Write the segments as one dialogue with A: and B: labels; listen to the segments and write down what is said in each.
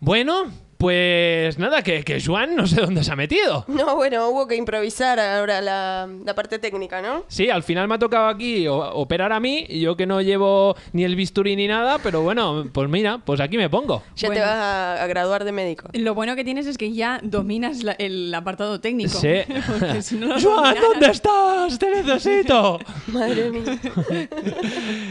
A: Bueno, pues nada, que, que Juan no sé dónde se ha metido.
B: No, bueno, hubo que improvisar ahora la, la parte técnica, ¿no?
A: Sí, al final me ha tocado aquí o- operar a mí, y yo que no llevo ni el bisturí ni nada, pero bueno, pues mira, pues aquí me pongo.
B: Ya
C: Bueno.
B: te vas a, a graduar de médico.
C: Lo bueno que tienes es que ya dominas la- el apartado técnico.
A: Sí.
C: Porque si no lo
A: Juan,
C: dominaras-
A: ¿dónde estás? Te necesito.
B: Madre mía.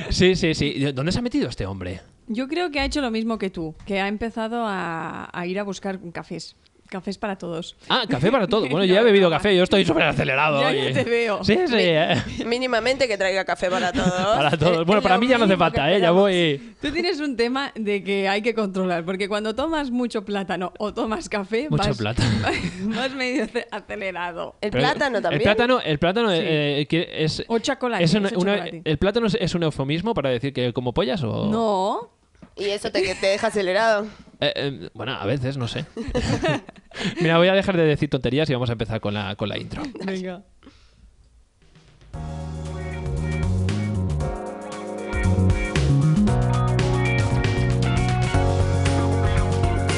A: Sí, sí, sí. ¿Dónde se ha metido este hombre?
C: Yo creo que ha hecho lo mismo que tú, que ha empezado a, a ir a buscar cafés. Cafés para todos.
A: Ah, café para todo. Bueno, yo ya he bebido café, yo estoy súper acelerado.
C: Ya, ya te veo.
A: Sí, sí. eh.
B: Mínimamente que traiga café para todos.
A: Para todos. Bueno,
C: es
A: para
C: lo
A: mí ya no hace
C: mínimo que
A: falta, ¿eh? Ya
C: esperamos.
A: voy.
C: Tú tienes un tema de que hay que controlar, porque cuando tomas mucho plátano o tomas café,
A: Mucho
C: vas,
A: plátano.
C: vas medio ace- acelerado.
B: El
A: Pero
B: plátano también.
A: El plátano, el plátano eh, que es.
C: O chocolate,
A: es una-
C: ese
A: una-
C: chocolate.
A: ¿El plátano es- es un eufemismo para decir que como pollas o.?
C: No,
B: Y eso te, que te deja acelerado.
A: Eh, eh, bueno, a veces, no sé. Mira, voy a dejar de decir tonterías y vamos a empezar con la, con la intro.
C: venga.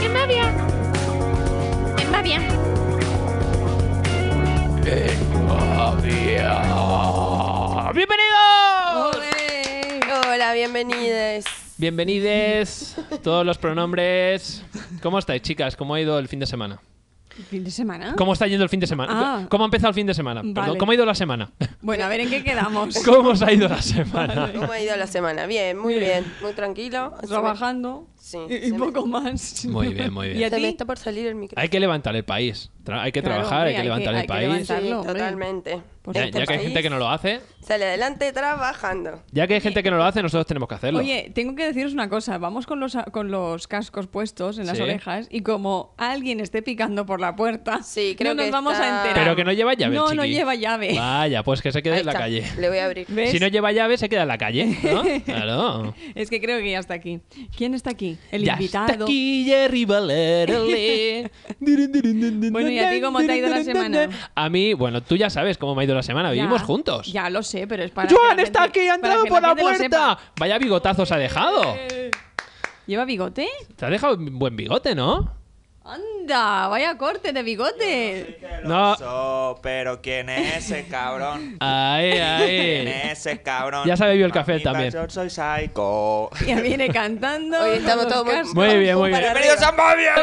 D: En Bavia. En Bavia.
A: ¡Bienvenidos!
C: ¡Ole!
B: Hola, bienvenides.
A: Bienvenides, todos los pronombres. ¿Cómo estáis, chicas? ¿Cómo ha ido el fin de semana?
C: ¿Fin de semana?
A: ¿Cómo está yendo el fin de semana?
C: Ah.
A: ¿Cómo ha empezado el fin de semana?
C: Vale.
A: Perdón, ¿cómo ha ido la semana?
C: Bueno, a ver en qué quedamos.
A: ¿Cómo os ha ido la semana?
B: ¿Cómo ha ido la semana? Bien, muy bien. Muy tranquilo.
C: Trabajando
B: Sí,
C: y, y
B: se me-
C: poco más.
A: Muy bien, muy bien.
C: ¿Y a
B: Se me
C: ti?
B: está por salir el micrófono.
A: Hay que levantar el país. Tra- hay que
C: Claro,
A: trabajar,
C: hombre,
A: hay que
C: hay
A: levantar
C: que-
A: el
C: hay que
A: país.
B: Sí,
C: levantarlo, hombre.
B: totalmente.
C: Por
A: Ya,
B: Este
A: ya que hay gente
B: país
A: que no lo hace,
B: Sale adelante trabajando.
A: ya que hay gente que no lo hace, nosotros tenemos que hacerlo.
C: Oye, tengo que deciros una cosa. Vamos con los, con los cascos puestos en las
A: Sí.
C: orejas y como alguien esté picando por la puerta,
B: Sí, creo
C: no nos
B: que
C: vamos
B: está-
C: a enterar.
A: Pero que no lleva llave.
C: No,
A: chiqui.
C: no lleva llave.
A: Vaya, pues que se quede
B: Ahí
A: en la
B: está.
A: calle.
B: Le voy a abrir.
C: ¿Ves?
A: Si no lleva llave, se queda en la calle. ¿no? Claro.
C: Es que creo que ya está aquí. ¿Quién está aquí? El
A: Ya
C: invitado.
A: Está aquí Jerry Valerle.
C: Bueno, ¿y a ti cómo te ha ido la semana?
A: A mí, bueno, tú ya sabes cómo me ha ido la semana.
C: Ya.
A: Vivimos juntos.
C: Ya lo sé, pero es para. que la
A: ¡Juan
C: gente-
A: está aquí! ¡Ha
C: para
A: entrado
C: que
A: por la
C: gente lo
A: puerta!
C: sepa.
A: Vaya bigotazos ha dejado.
C: ¿Lleva bigote?
A: Te ha dejado un buen bigote, ¿no?
C: ¡Anda! ¡Vaya corte de bigote!
A: No.
E: So, pero ¿quién es ese cabrón?
A: Ahí,
E: ¿Quién
A: ahí.
E: es ese cabrón?
A: Ya se bebió el café
E: Mamita,
A: también.
E: Yo soy psycho.
C: Ya viene cantando.
B: Hoy estamos
C: con
B: todos
C: los
B: muy-
C: cascos.
A: Muy bien, muy bien.
E: ¡Bienvenidos a Mavia!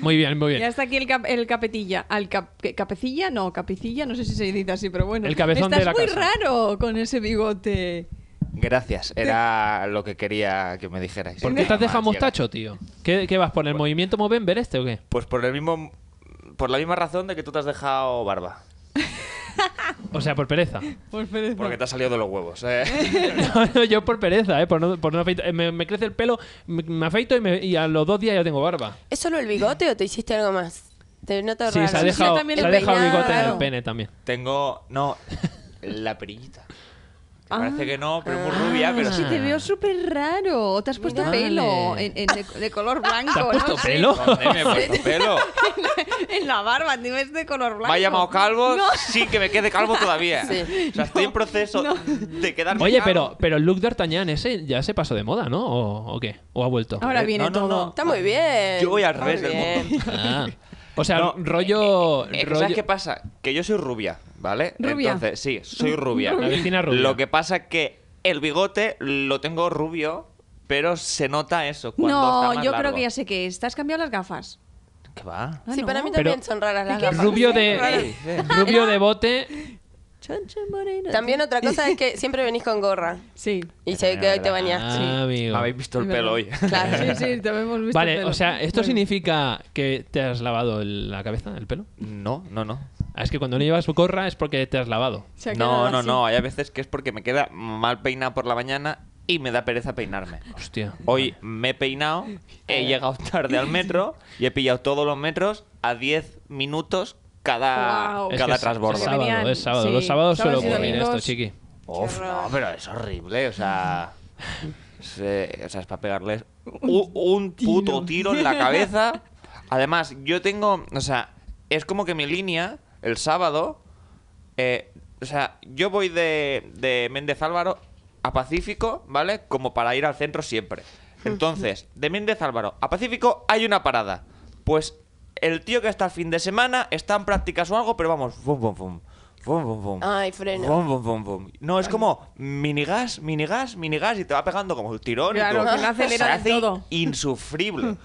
A: Muy bien, muy
C: Ya
A: bien.
C: está aquí el, cap- el capetilla. Al cap- ¿qué? ¿Capecilla? No, capecilla, no sé si se dice así, pero bueno.
A: El cabezón de
C: Estás
A: la
C: muy
A: casa.
C: raro con ese bigote.
E: Gracias, era lo que quería que me dijerais.
A: ¿Por qué te has
E: Nada
A: dejado
E: más llegar.
A: mostacho, tío? ¿Qué, qué vas? ¿Por el movimiento Movember este o qué?
E: Pues por el mismo... Por la misma razón de que tú te has dejado barba.
A: O sea, por pereza.
C: Pues pereza.
E: Porque te ha salido de los huevos, ¿eh?
A: No, no, yo por pereza, ¿eh? Por no, por no afeito- eh, Me, me crece el pelo, me, me afeito y, me- y a los dos días ya tengo barba.
B: ¿Es solo el bigote o te hiciste algo más? Te noto
A: Sí,
B: raro.
A: se ha
C: Sí,
A: dejado,
C: también
A: se
C: el
A: ha dejado
C: peinado.
A: bigote en el
C: Claro.
A: pene también.
E: Tengo... No, la perillita. Que
C: Ah.
E: Parece que no, pero es muy
C: Ah,
E: rubia, pero...
C: sí, te veo súper raro. Te has puesto
A: Mira.
C: pelo en- en- de, de color blanco.
A: ¿Te has puesto
C: ¿no? Ah, Sí.
A: pelo?
E: Joder, me he puesto pelo.
C: en la barba, te ves de color blanco.
E: Me ha llamado calvo,
C: No.
E: sí que me quede calvo todavía.
B: Sí.
E: O sea, estoy en proceso de quedarme
A: Oye,
E: calvo.
A: pero, pero el look de Artañán ese ya se pasó de moda, ¿no? ¿O, o qué? ¿O ha vuelto?
C: Ahora
E: Eh,
C: viene
E: no, no,
C: todo.
E: no.
B: Está muy bien.
E: Yo voy al
B: Muy
E: revés del
B: bien.
E: mundo.
A: Ah. O sea,
E: No,
A: rollo...
E: Es que,
A: rollo-
E: Eh, ¿Sabes qué pasa? Que yo soy rubia, ¿vale?
C: Rubia.
E: Entonces, sí, soy rubia.
A: La vecina rubia.
E: Lo que pasa es que el bigote lo tengo rubio, pero se nota eso cuando está
C: No,
E: más
C: yo
E: largo.
C: creo que ya sé qué es. ¿Te has cambiado las gafas?
E: ¿Qué va?
C: Ah,
B: Sí,
C: no.
B: para mí
A: Pero-
B: también son raras las gafas.
A: Rubio
E: Sí,
A: de...
E: sí.
A: Rubio de bote...
C: Chancho moreno.
B: También otra cosa es que siempre venís con gorra
C: Sí.
B: y se ve que
E: Verdad.
B: hoy te bañaste.
A: Ah, amigo.
E: Habéis visto el
C: Es verdad.
E: pelo hoy.
B: Claro.
C: Sí, sí, te hemos visto
A: Vale,
C: pelo.
A: o sea, ¿esto
C: Bueno.
A: significa que te has lavado el- la cabeza, el pelo?
E: No, no, no.
A: Ah, es que cuando no llevas gorra es porque te has lavado.
C: Se ha
E: No,
C: quedado
E: no,
C: así.
E: no. Hay veces que es porque me queda mal peinado por la mañana y me da pereza peinarme.
A: Hostia.
E: Hoy me he peinado, he llegado tarde al metro y he pillado todos los metros a 10 minutos cada,
C: Guau.
A: Es
E: cada
A: que es-
E: transbordo.
A: Es sábado,
C: Venían-
A: es sábado.
C: sí,
A: Los sábados suele
C: sábados y
A: ocurrir esto,
C: domingos.
A: chiqui.
E: Uf,
B: Qué
E: no,
B: horror.
E: pero es horrible, o sea. se- o sea, es para pegarles u- un, puto tiro en la cabeza. Además, yo tengo. O sea, es como que mi línea, el sábado. eh, o sea, yo voy de, de Méndez Álvaro a Pacífico, ¿vale? Como para ir al centro siempre. Entonces, de Méndez Álvaro a Pacífico hay una parada. Pues el tío que está el fin de semana está en prácticas o algo, pero vamos, bum, bum, bum. Bum, bum, bum.
B: Ay, frena.
E: Bum, bum, bum, bum. No, es como minigas, minigas, minigas y te va pegando como el tirón.
C: Claro,
E: y todo.
C: que lo acelera
E: Se
C: del
E: hace
C: todo.
E: insufrible.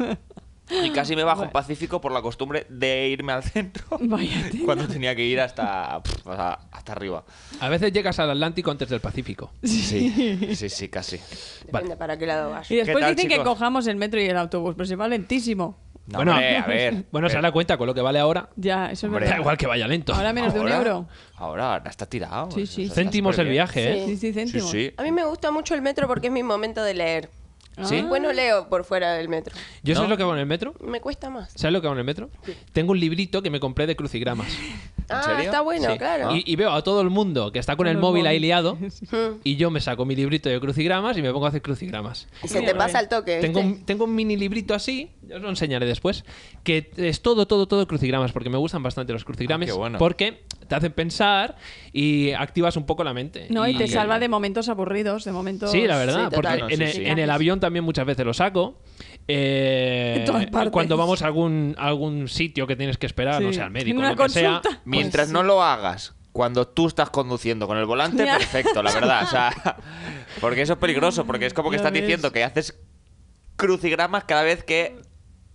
E: Y casi me bajo en Pacífico por la costumbre de irme al centro
C: Vaya tela.
E: cuando tenía que ir hasta, pf, o sea, hasta arriba.
A: A veces llegas al Atlántico antes del Pacífico.
E: Sí, sí, sí, casi.
B: Depende para qué lado vas.
C: Y
A: Eh,
C: después
E: tal,
C: dicen que
E: chicos?
C: cojamos el metro y el autobús, pero se va lentísimo.
E: No,
A: Bueno,
E: hombre, a ver.
A: Bueno, se
E: pero-
A: da cuenta con lo que vale ahora.
C: Ya, eso
E: Hombre,
C: es
A: Da
C: verdad.
A: igual que vaya lento.
C: Ahora menos de un
E: ahora-
C: euro.
E: Ahora, ahora está tirado.
C: Sí, sí.
E: Eso está
A: Céntimos el
E: superbién.
A: viaje, ¿eh?
C: Sí, sí,
E: Sí,
C: céntimos.
E: sí.
B: A mí me gusta mucho el metro porque es mi momento de leer.
E: ¿Sí?
B: Bueno, leo por fuera del metro.
A: ¿Yo
E: ¿No?
A: sabes lo que hago en el metro?
B: Me cuesta más.
A: ¿Sabes lo que hago en el metro? Tengo un librito que me compré de crucigramas.
B: Ah,
E: serio?
B: está bueno,
E: Sí.
B: claro.
E: Ah.
A: Y, y veo a todo el mundo que está con
C: Con
A: el
C: el
A: móvil ahí
C: móvil.
A: liado y yo me saco mi librito de crucigramas y me pongo a hacer crucigramas.
B: Y se te pasa el toque.
A: Tengo
B: ¿viste?
A: un, tengo un mini librito así, yo os lo enseñaré después, que es todo, todo, todo crucigramas, porque me gustan bastante los crucigramas,
E: Ah, qué bueno.
A: porque te hacen pensar y activas un poco la mente.
C: No, y te
A: Y-
C: salva de momentos aburridos, de momentos...
A: Sí, la verdad,
B: Sí,
A: porque
B: total.
E: No,
A: en,
E: sí,
A: el,
E: sí.
A: en el avión también muchas veces lo saco. Eh,
C: En todas partes.
A: Cuando vamos a algún, a algún sitio que tienes que esperar,
C: Sí.
A: no sé, al médico,
C: En una
A: lo que sea.
C: consulta.
E: Mientras no lo hagas cuando tú estás conduciendo con el volante,
C: Ya.
E: perfecto, la verdad. O sea, porque eso es peligroso, porque es como que
C: Ya
E: estás
C: ves.
E: diciendo que haces crucigramas cada vez que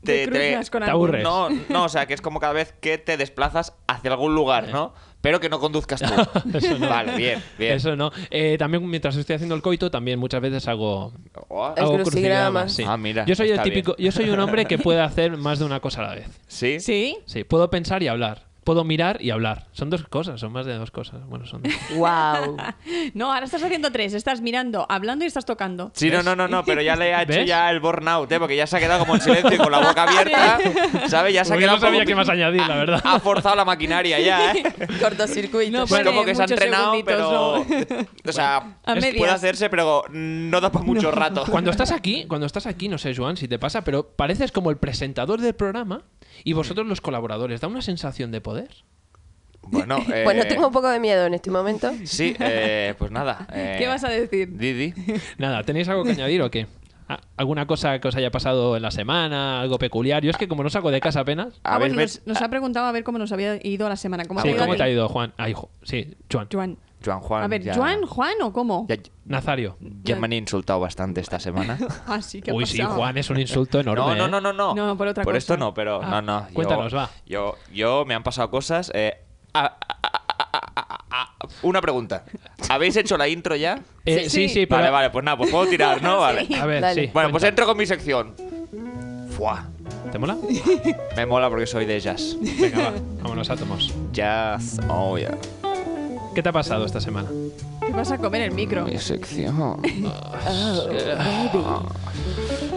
C: Te cruzas con
A: te
C: algún-
A: aburre.
E: No, no, o sea, que es como cada vez que te desplazas hacia algún lugar, ¿no? Pero que no conduzcas tú. Vale, bien, bien.
A: Eso no. Eh, también mientras estoy haciendo el coito, también muchas veces hago,
E: Oh,
B: El
A: hago
B: crucigrama.
A: crucigramas, sí.
E: Ah, mira,
A: yo soy el
E: está
A: típico,
E: bien.
A: yo soy un hombre que puede hacer más de una cosa a la vez.
E: ¿Sí?
C: Sí.
A: Sí, puedo pensar y hablar. Puedo mirar y hablar. Son dos cosas, son más de dos cosas. Bueno, son dos.
B: Wow.
C: No, ahora estás haciendo tres. Estás mirando, hablando y estás tocando.
E: Sí, no, no, no, no, pero ya le ha hecho
A: ¿Ves?
E: ya el burnout, ¿eh? Porque ya se ha quedado como en silencio y con la boca abierta, ¿sabes? Ya se ha
A: Uy,
E: quedado
A: no sabía
E: como-
A: qué más añadir,
E: Ah.
A: la verdad.
E: Ha forzado la maquinaria ya, ¿eh?
B: Cortocircuito.
C: No,
E: Es
C: Pone
E: como que se ha
C: muchos
E: entrenado, pero...
C: segunditos,
E: O sea,
C: A
E: es-
C: medias.
E: puede hacerse, pero no da para mucho rato.
A: Cuando estás aquí, cuando estás aquí, no sé, Joan, si te pasa, pero pareces como el presentador del programa y vosotros los colaboradores. Da una sensación de poder.
E: Bueno, eh,
B: Bueno, tengo un poco de miedo en este momento.
E: Sí, eh, pues nada. eh,
C: ¿Qué vas a decir?
E: Didi.
A: Nada, ¿tenéis algo que añadir o qué? Ah, ¿Alguna cosa que os haya pasado en la semana? ¿Algo peculiar? Yo es que como no saco de casa apenas...
C: Ah,
E: ¿Habéis
C: bueno,
E: ve-
C: nos, nos ha preguntado a ver cómo nos había ido la semana. ¿Cómo,
A: Sí,
C: ido
A: ¿cómo
C: a
A: te ha
C: ti?
A: ido, Juan? Ah, hijo. Sí, Juan.
C: Juan.
E: Joan Juan.
C: A ver,
E: ya-
C: ¿Juan, Juan o cómo?
E: Ya,
A: Nazario.
E: ya me han insultado bastante esta semana.
C: Ah, sí, ¿qué ha
A: Uy, sí,
C: pasado?
A: Juan es un insulto enorme.
E: No,
A: ¿eh?
E: no, no, no, no.
C: No, por otra cosa.
E: esto no, pero
A: Ah,
E: no, no. yo-
A: cuéntanos, va.
E: Yo, yo me han pasado cosas. eh, a- ah, a- a- a- a- ah, una pregunta. ¿Habéis hecho la intro ya?
A: Eh, sí, sí, pero...
E: Vale, vale, pues nada, pues puedo tirar, ¿no? Vale.
A: A ver,
B: Dale.
A: sí.
E: Bueno, pues
A: cuenta.
E: entro con mi sección. Fua.
A: ¿Te mola?
E: Me mola porque soy de jazz.
A: Venga, va. Vámonos, átomos.
E: Jazz, oh yeah.
A: ¿Qué te ha pasado esta semana?
C: Te vas a comer el micro.
E: Mi sección.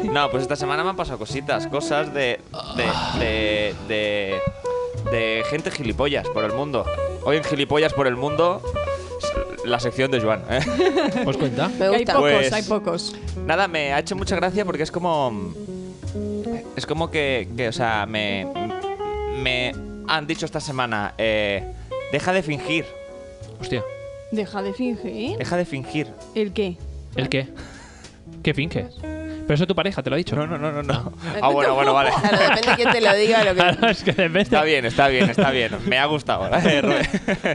E: No, pues esta semana me han pasado cositas, cosas de. de. de. de, de gente gilipollas por el mundo. Hoy en Gilipollas por el mundo, la sección de Joan. ¿eh?
A: ¿Os cuenta?
B: Me
C: Que hay
B: gusta.
C: pocos,
E: Pues-
C: hay pocos.
E: Nada, me ha hecho mucha gracia porque es como. Es como que, que, o sea, me. me han dicho esta semana, eh, deja de fingir,
A: Hostia.
C: Deja de fingir.
E: deja de fingir.
C: ¿El qué?
A: ¿El qué? ¿Qué finges? Pero eso tu pareja te lo ha dicho.
E: No, no, no, no, no. Ah, bueno, bueno, vale.
B: Claro, depende de quién te lo diga. Lo que
A: Claro, es que depende.
E: Está bien, está bien, está bien. Me ha gustado. Eh, Rubén.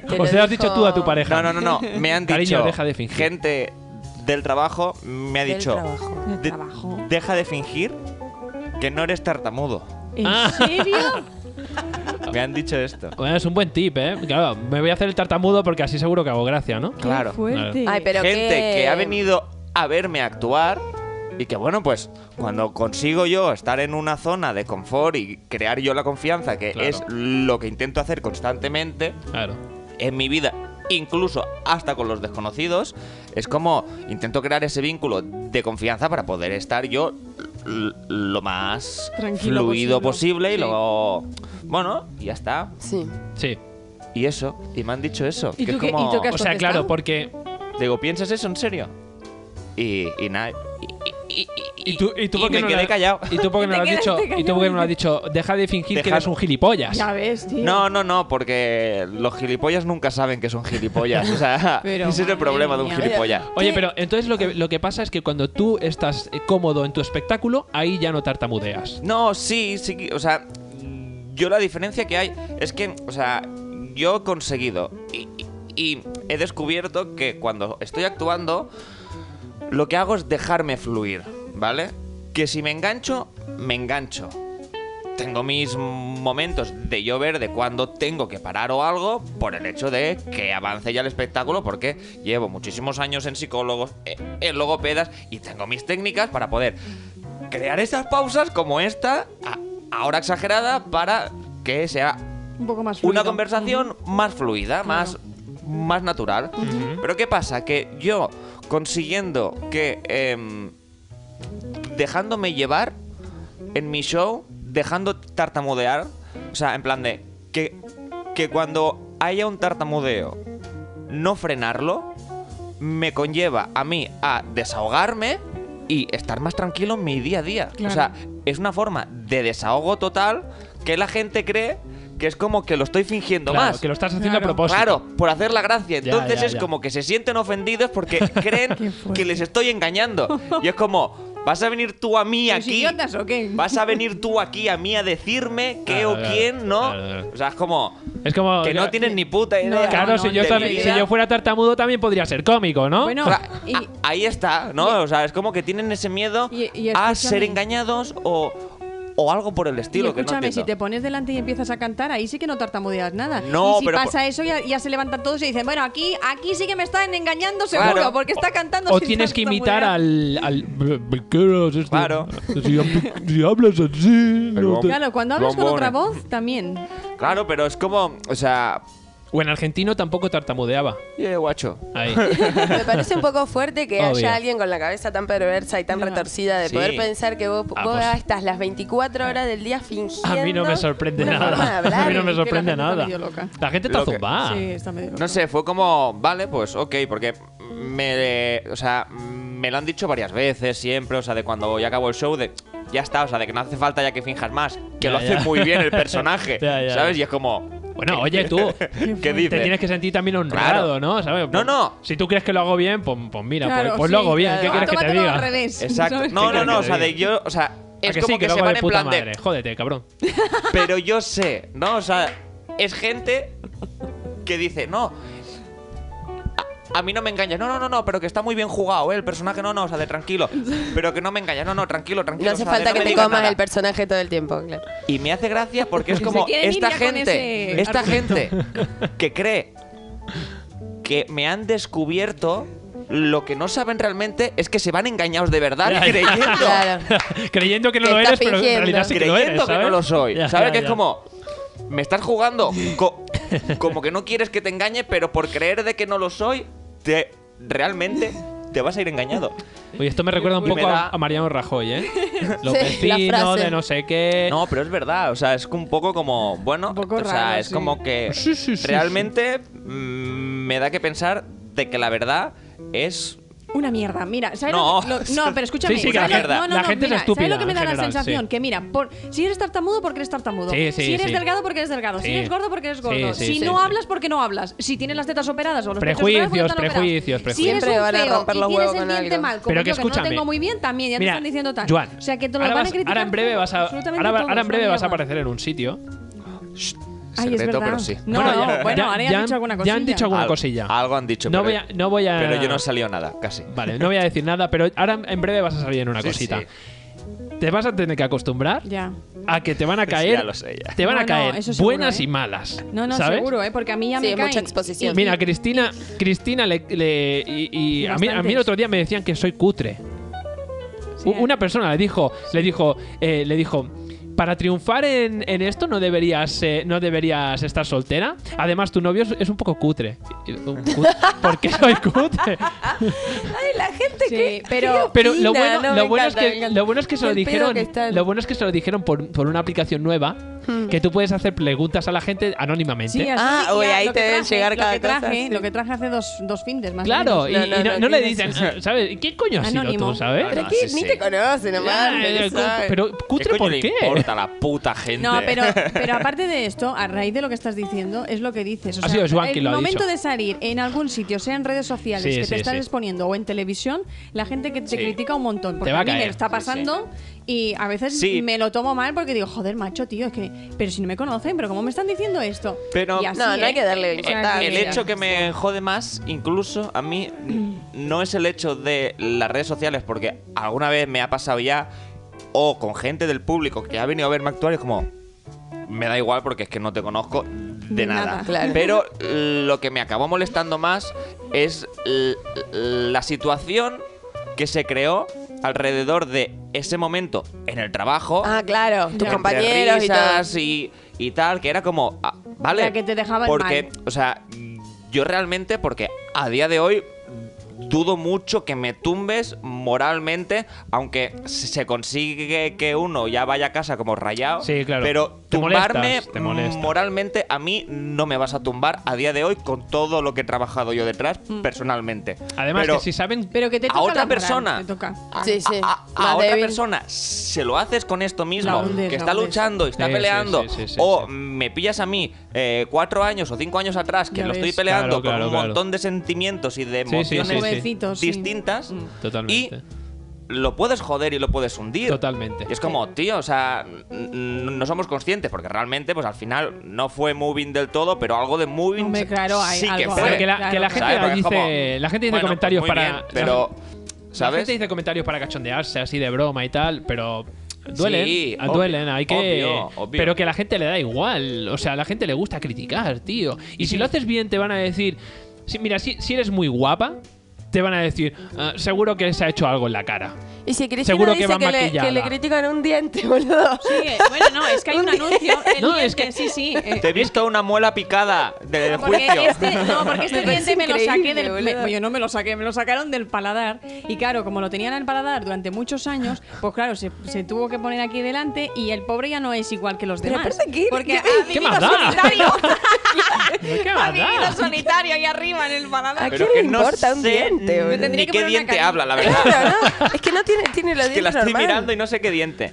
B: te
A: O
B: lo
A: sea, has dicho
B: dijo-
A: tú a tu pareja.
E: No, no, no, no. Me han
A: Cariño,
E: dicho.
A: deja de fingir.
E: Gente del trabajo me ha
B: Del
E: dicho.
B: trabajo.
C: Del
E: "De-
C: trabajo.
E: Deja de fingir que no eres tartamudo.
C: ¿En
A: Ah.
C: serio?
E: Me han dicho esto.
A: Bueno, es un buen tip, ¿eh? Claro, me voy a hacer el tartamudo porque así seguro que hago gracia, ¿no?
C: Qué
E: Claro.
C: fuerte.
B: Ay, pero
E: Gente
B: qué-
E: que ha venido a verme actuar y que bueno, pues cuando consigo yo estar en una zona de confort y crear yo la confianza, que
A: Claro.
E: es lo que intento hacer constantemente,
A: Claro.
E: en mi vida, incluso hasta con los desconocidos, es como intento crear ese vínculo de confianza para poder estar yo l- lo más
C: Tranquilo
E: fluido
C: posible.
E: posible, y luego bueno, y ya está.
B: Sí.
A: Sí.
E: Y eso, y me han dicho eso,
C: ¿Y
E: que
C: tú
E: es
C: qué- y
E: como
C: tú qué
A: O sea, claro, porque
E: digo, ¿piensas eso en serio? Y, y nada, y, y- y-
A: ¿Y tú, y tú
E: y
A: por qué
E: me
A: no
E: quedé
A: le-
E: callado.
A: ¿Y tú por qué no
C: Te
A: lo has dicho?
C: quedaste
A: ¿Y tú por qué no lo
C: callado.
A: has dicho? Deja de fingir que
E: Deja-
A: eres un gilipollas.
C: Ya ves, tío.
E: No, no, no, porque los gilipollas nunca saben que son gilipollas. O sea,
C: Pero,
E: ese es el
C: madre
E: problema de un
C: mía.
E: gilipollas.
A: Oye, pero entonces lo que, lo que pasa es que cuando tú estás eh, cómodo en tu espectáculo, ahí ya no tartamudeas.
E: No, sí, sí, que- o sea, yo la diferencia que hay es que, o sea, yo he conseguido y, y he descubierto que cuando estoy actuando, lo que hago es dejarme fluir, ¿vale? Que si me engancho, me engancho. Tengo mis momentos de yo ver de cuando tengo que parar o algo por el hecho de que avance ya el espectáculo porque llevo muchísimos años en psicólogos, eh, en logopedas y tengo mis técnicas para poder crear estas pausas como esta, a- ahora exagerada, para que sea
C: Un poco más fluido.
E: una conversación más fluida, más, más natural. Pero ¿qué pasa? Que yo, consiguiendo que... em, dejándome llevar en mi show, dejando tartamudear, o sea, en plan de que, que cuando haya un tartamudeo, no frenarlo, me conlleva a mí a desahogarme y estar más tranquilo en mi día a día. O sea,
C: Claro.
E: es una forma de desahogo total que la gente cree que es como que lo estoy fingiendo
A: Claro,
E: más.
A: que lo estás haciendo a
C: Claro.
A: propósito.
E: Claro, por hacer la gracia.
A: Ya,
E: Entonces
A: ya,
E: es
A: ya.
E: como que se sienten ofendidos porque creen
C: Qué fuerte.
E: que les estoy engañando. Y es como, vas a venir tú a mí
C: ¿Sois
E: aquí.
C: idiotas o qué?
E: Vas a venir tú aquí a mí a decirme qué
A: Claro,
E: o
A: claro,
E: quién, ¿no?
A: claro, claro.
E: O sea, es como
A: Es como.
E: que no tienes ni puta idea.
A: Claro,
C: No,
A: si,
C: no,
A: yo
E: de
A: también-
E: mi
A: si
E: vida.
A: yo fuera tartamudo también podría ser cómico, ¿no?
C: Bueno,
E: O sea,
C: y,
E: a- ah, ahí está, ¿no? O sea, es como que tienen ese miedo
C: Y- y
E: a
C: escúchame.
E: ser engañados o, o algo por el
C: y
E: estilo.
C: escúchame,
E: que no
C: si te
E: entiendo.
C: pones delante y empiezas a cantar, ahí sí que no tartamudeas nada.
E: No,
C: y si
E: pero por-
C: pasa eso, ya, ya se levantan todos y dicen, bueno, aquí, aquí sí que me están engañando seguro,
E: Claro.
C: porque está cantando
A: o
C: sin
A: tienes que imitar
C: tartamudear".
A: al. al ¿Qué eres este?
E: Claro.
A: Si, hab- si hablas así.
E: Pero-
A: no te-
C: Claro, cuando hablas con
E: Bombones.
C: otra voz, también.
E: Claro, pero es como, o sea,
A: O en argentino tampoco tartamudeaba.
E: eh, guacho.
A: Ahí.
B: Me parece un poco fuerte que
A: Obvio.
B: haya alguien con la cabeza tan perversa y tan
C: No.
B: retorcida de
E: Sí.
B: poder pensar que vos,
A: Ah,
B: vos
A: pues-
B: estás las 24 horas del día
A: A
B: fingiendo.
A: mí no me sorprende
B: una forma de
A: nada.
B: hablar.
A: A mí no me
C: es que la gente
A: sorprende
C: está
A: nada.
C: medio loca.
A: La gente está
E: Lo que-
A: zumbada.
C: Sí, está medio loca.
E: No sé, fue como, vale, pues ok, porque me, o sea, me lo han dicho varias veces siempre, o sea, de cuando ya acabo el show, de ya está, o sea, de que no hace falta ya que finjas más, que
A: Ya,
E: lo hace
A: ya.
E: muy bien el personaje,
A: Ya, ya,
E: ¿sabes?
A: ya.
E: Y es como,
A: Bueno, oye, tú.
E: ¿qué dices?
A: Te tienes que sentir también honrado,
E: Claro.
A: ¿no? ¿Sabes?
E: No, no.
A: Si tú crees que lo hago bien, pues, pues mira,
C: Claro,
A: pues, pues lo
C: sí,
A: hago bien.
C: claro.
A: ¿Qué quieres que te
C: Tómatelo
A: diga?
C: al revés,
E: Exacto.
C: ¿sabes?
E: No,
A: ¿Qué
E: no, no, o
A: quieres
E: sea,
A: que te
E: de yo, o sea,
A: ¿A
E: es
A: que
E: como
A: sí,
E: que,
A: lo
E: se
A: hago
E: van
A: de
E: en
A: puta
E: plan
A: madre.
E: de,
A: Jódete, cabrón.
E: pero yo sé, ¿no? O sea, es gente que dice, no. a- A mí no me engañas. No, no, no, no, pero que está muy bien jugado, ¿eh? El personaje, no, no, o sea, de tranquilo. Pero que no me engañas. No, no, tranquilo, tranquilo.
B: No
E: o
B: hace
E: sea, de
B: falta que
E: me
B: te
E: digas
B: comas
E: nada".
B: el personaje todo el tiempo, claro.
E: Y me hace gracia porque es
C: Se
E: como
C: quieren ir
E: esta
C: ya con
E: gente,
C: ese
E: esta
C: argumento.
E: gente que cree que me han descubierto lo que no saben realmente es que se van engañados de verdad
A: Ya, ya.
E: creyendo
B: Claro.
A: Creyendo que no
B: Que
A: lo
B: está
A: eres, pero en
B: fingiendo.
A: realidad sí que lo eres.
E: creyendo que
A: ¿sabes?
E: no lo soy.
A: Ya,
E: ¿Sabes?
A: ya,
E: que es
A: ya.
E: como me estás jugando co- como que no quieres que te engañe, pero por creer de que no lo soy, te realmente te vas a ir engañado.
A: Oye, esto me recuerda un
E: Y me
A: poco a,
E: da-
A: a Mariano Rajoy, ¿eh? Los
B: la
A: vecinos
B: frase.
A: de no sé qué.
E: No, pero es verdad, o sea, es un poco como, bueno,
C: Un poco
E: o sea,
C: raro,
E: es
C: sí.
E: como que
A: Sí, sí, sí,
E: realmente mm, me da que pensar de que la verdad es
C: Una mierda, mira, ¿sabes
E: No.
C: lo que- lo- no, pero escúchame,
A: Sí, sí,
E: que la
C: ¿sabes lo-
E: mierda.
C: no, no,
A: La
C: no,
A: gente es
C: mira,
A: estúpida,
C: ¿sabes lo que me da
A: en
C: la
A: general,
C: sensación?
A: sí.
C: Que mira, por, si eres tartamudo, porque eres tartamudo.
A: Sí, sí,
C: si eres
A: sí.
C: delgado, porque eres delgado.
A: Sí.
C: Si eres gordo, porque eres gordo.
A: Sí, sí,
C: si
A: sí,
C: no
A: sí.
C: hablas, porque no hablas. Si tienes las tetas operadas o los pechos
A: Prejuicios,
C: operados, porque están operados.
A: prejuicios, prejuicios.
C: Si eres
B: Siempre van a
C: un feo
B: romper
C: y
B: los
C: tienes
B: huevos
C: el
B: con
C: diente
B: algo.
C: mal, como
A: Pero que
C: yo, que no
A: escúchame.
C: tengo muy bien, también ya
A: Mira,
C: te están diciendo tal.
A: Joan,
C: o sea, que te lo
A: ahora,
C: van
A: vas-
C: a criticar.
A: ahora en breve vas a,
C: absolutamente
A: ahora, va-
C: todos,
A: ahora en breve
C: una
A: vas a
C: mierda.
A: aparecer en un sitio.
C: Ay, es verdad.
E: secreto, pero sí.
C: No,
A: Bueno,
C: no,
A: ya-
C: bueno,
A: ya-
C: ahora
A: ya
C: ya
A: han-
C: han dicho alguna
A: ya
C: cosilla.
A: han dicho alguna- Una cosilla.
E: Algo han dicho,
A: No
E: pero,
A: voy a- no voy a-
E: pero yo no he salido nada, casi.
A: Vale, no voy a decir nada, pero ahora en breve vas a salir en una
E: Sí,
A: cosita.
E: sí.
A: Te vas a tener que acostumbrar
C: Ya.
A: a que te van a
E: Sí,
A: caer.
E: ya lo sé, ya.
A: Te van
C: No,
A: a
C: no,
A: caer
C: eso seguro,
A: buenas
C: ¿eh?
A: y malas.
C: No, no,
A: ¿sabes?
C: seguro, ¿eh? Porque a mí ya
B: Sí,
C: me
B: es mucha
C: caen.
B: exposición.
A: Mira, Cristina, Cristina le, le- y, y a, mí, a mí el
C: Bastantes.
A: otro día me decían que soy cutre.
C: Sí,
A: U- Una persona le dijo, le dijo, eh, le dijo, para triunfar en, en esto no deberías, eh, no deberías estar soltera. Además, tu novio es, es un poco cutre. Y- un cut- ¿Por qué soy cutre?
B: Ay, la gente
C: Sí,
B: que.
C: pero-
B: ¿qué opina?
A: Pero lo bueno,
B: No,
A: lo
B: me
A: bueno
B: encanta, me
A: es que
B: encanta.
A: lo bueno es que se lo
B: El pedo
A: dijeron,
B: que están.
A: lo bueno es que se lo dijeron por, por una aplicación nueva
B: Hmm.
A: que tú puedes hacer preguntas a la gente anónimamente.
C: Sí, así,
B: Ah, uy,
C: ya,
B: ahí
C: lo
B: te
C: que
B: deben
C: traje,
B: llegar cada
C: lo que traje,
B: cosa, sí.
C: Lo que traje hace dos, dos findes más o
A: Claro,
C: menos.
A: y y
B: No,
A: no,
B: no, no,
A: no le
B: tienes-
A: dicen, ¿sabes? ¿Quién coño ha sido
C: Anónimo.
A: tú, sabes?
E: Ah,
B: Pero
E: no,
B: aquí
E: sí,
B: ni
E: sí.
B: te conoce nomás.
A: Ah,
B: pero
A: eh,
B: sabe.
A: pero cutre,
E: coño
A: ¿por
E: le
A: qué?
E: importa a la puta gente?
C: No, pero, pero aparte de esto, a raíz de lo que estás diciendo, es lo que dices. O
A: Ha
C: sea,
A: sido Joan
C: el
A: quien lo ha
C: momento
A: dicho.
C: de salir en algún sitio, sea en redes sociales,
A: Sí,
C: que
A: sí,
C: te estás
A: sí.
C: exponiendo o en televisión, la gente que te
E: Sí.
C: critica un montón. Porque
A: Te va a
C: mí
A: caer.
C: me está pasando y a veces
E: Sí.
C: me lo tomo mal porque digo, joder, macho, tío, es que. Pero si no me conocen, pero ¿cómo me están diciendo esto?
E: Pero-
C: Y así,
B: No, no
C: ¿eh?
B: hay que darle
C: O sea,
B: importancia.
E: el
B: Ah, mira.
E: hecho que me jode más, incluso a mí, no es el hecho de las redes sociales, porque alguna vez me ha pasado ya, o con gente del público que ha venido a verme actuar, y es como, me da igual porque es que no te conozco de
C: De
E: nada.
C: nada.
B: Claro.
E: Pero lo que me acabó molestando más es l- la situación que se creó alrededor de ese momento en el trabajo.
B: Ah, claro, tus
E: entre
B: compañeros y todo.
E: risas y, y tal, que era como, ah, vale.
C: La que te dejaba el
E: Porque,
C: mal.
E: o sea, yo realmente, porque a día de hoy dudo mucho que me tumbes moralmente, aunque se se consigue que uno ya vaya a casa como rayado.
A: Sí, claro.
E: Pero
A: Te
E: tumbarme
A: molestas, te molesta.
E: moralmente a mí no me vas a tumbar a día de hoy con todo lo que he trabajado yo detrás
C: Mm.
E: personalmente.
A: Además
E: Pero
A: que si saben
C: Pero que te
E: A
C: toca
E: otra
C: la moral,
E: persona.
C: te toca.
E: a,
B: Sí, sí,
E: a- a- a
B: más
E: Ah, otra
B: débil.
E: persona se lo haces con esto
C: La
E: mismo,
C: hundes,
E: que
C: la
E: está
C: hundes.
E: luchando y está
A: Sí, sí,
E: peleando,
A: sí, sí, sí,
E: o
A: sí.
E: me pillas a mí eh, cuatro años o cinco años atrás, que
C: Ya
E: lo estoy
C: ves.
A: Claro,
E: peleando
A: claro,
E: con un
A: claro.
E: montón de sentimientos y de
A: Sí, sí,
E: emociones
A: sí, sí.
C: Jovencitos, sí. Mm.
E: distintas,
A: Totalmente.
E: y lo puedes joder y lo puedes hundir.
A: Totalmente.
E: Y es como, tío, o sea, n- n- no somos conscientes, porque realmente, pues al final no fue moving del todo, pero algo de moving
C: Hombre, claro, hay
E: sí que
C: algo,
E: fue.
A: Claro, que la,
C: Claro,
A: que la
C: claro.
A: gente
E: ¿Sabes? Porque es
A: dice,
E: como,
A: la gente dice
E: bueno, pues
A: comentarios
E: muy
A: para
E: bien, pero,
A: La
E: ¿sabes?
A: gente dice comentarios para cachondearse, así de broma y tal, pero duelen,
E: Sí,
A: ah, duelen,
E: obvio,
A: hay que
E: obvio, obvio.
A: pero que a la gente le da igual, o sea, a la gente le gusta criticar, tío. Y si lo haces bien te van a decir, si, mira, si, si eres muy guapa, te van a decir, "Ah, seguro que se ha hecho algo en la cara.
B: Y si Cristina
A: Seguro que
B: dice
A: va
B: que, le, que le
A: maquillada.
B: critican un diente, boludo.
C: Sí, eh, bueno, no, es que hay un anuncio. el
A: No, es
C: diente,
A: que-
C: Sí, sí. eh,
E: Te he visto una muela picada del
C: Porque
E: juicio.
C: este, no, porque este
B: Me parece
C: diente me lo
B: increíble,
C: saqué del.
B: boludo.
C: me- yo no me lo saqué, me lo sacaron del paladar. Y claro, como lo tenían en el paladar durante muchos años, pues claro, se, se tuvo que poner aquí delante y el pobre ya no es igual que los
B: Pero
C: demás.
B: aparte, ¿qué-
C: porque
B: qué-
C: ha
B: qué
C: vivido
A: más da?
C: solitario.
A: ¿Qué
C: ha
A: más da?
C: vivido solitario ahí arriba en el
B: ¿A
C: paladar.
B: quién le importa un
E: sé
B: diente, boludo?
C: Tendría que
E: ni qué
C: poner una
E: diente
C: carita.
E: habla, la verdad.
B: Claro, ¿no? Es que no tiene, tiene los
E: es que la
B: dientes
E: estoy
B: normal.
E: mirando y no sé qué diente.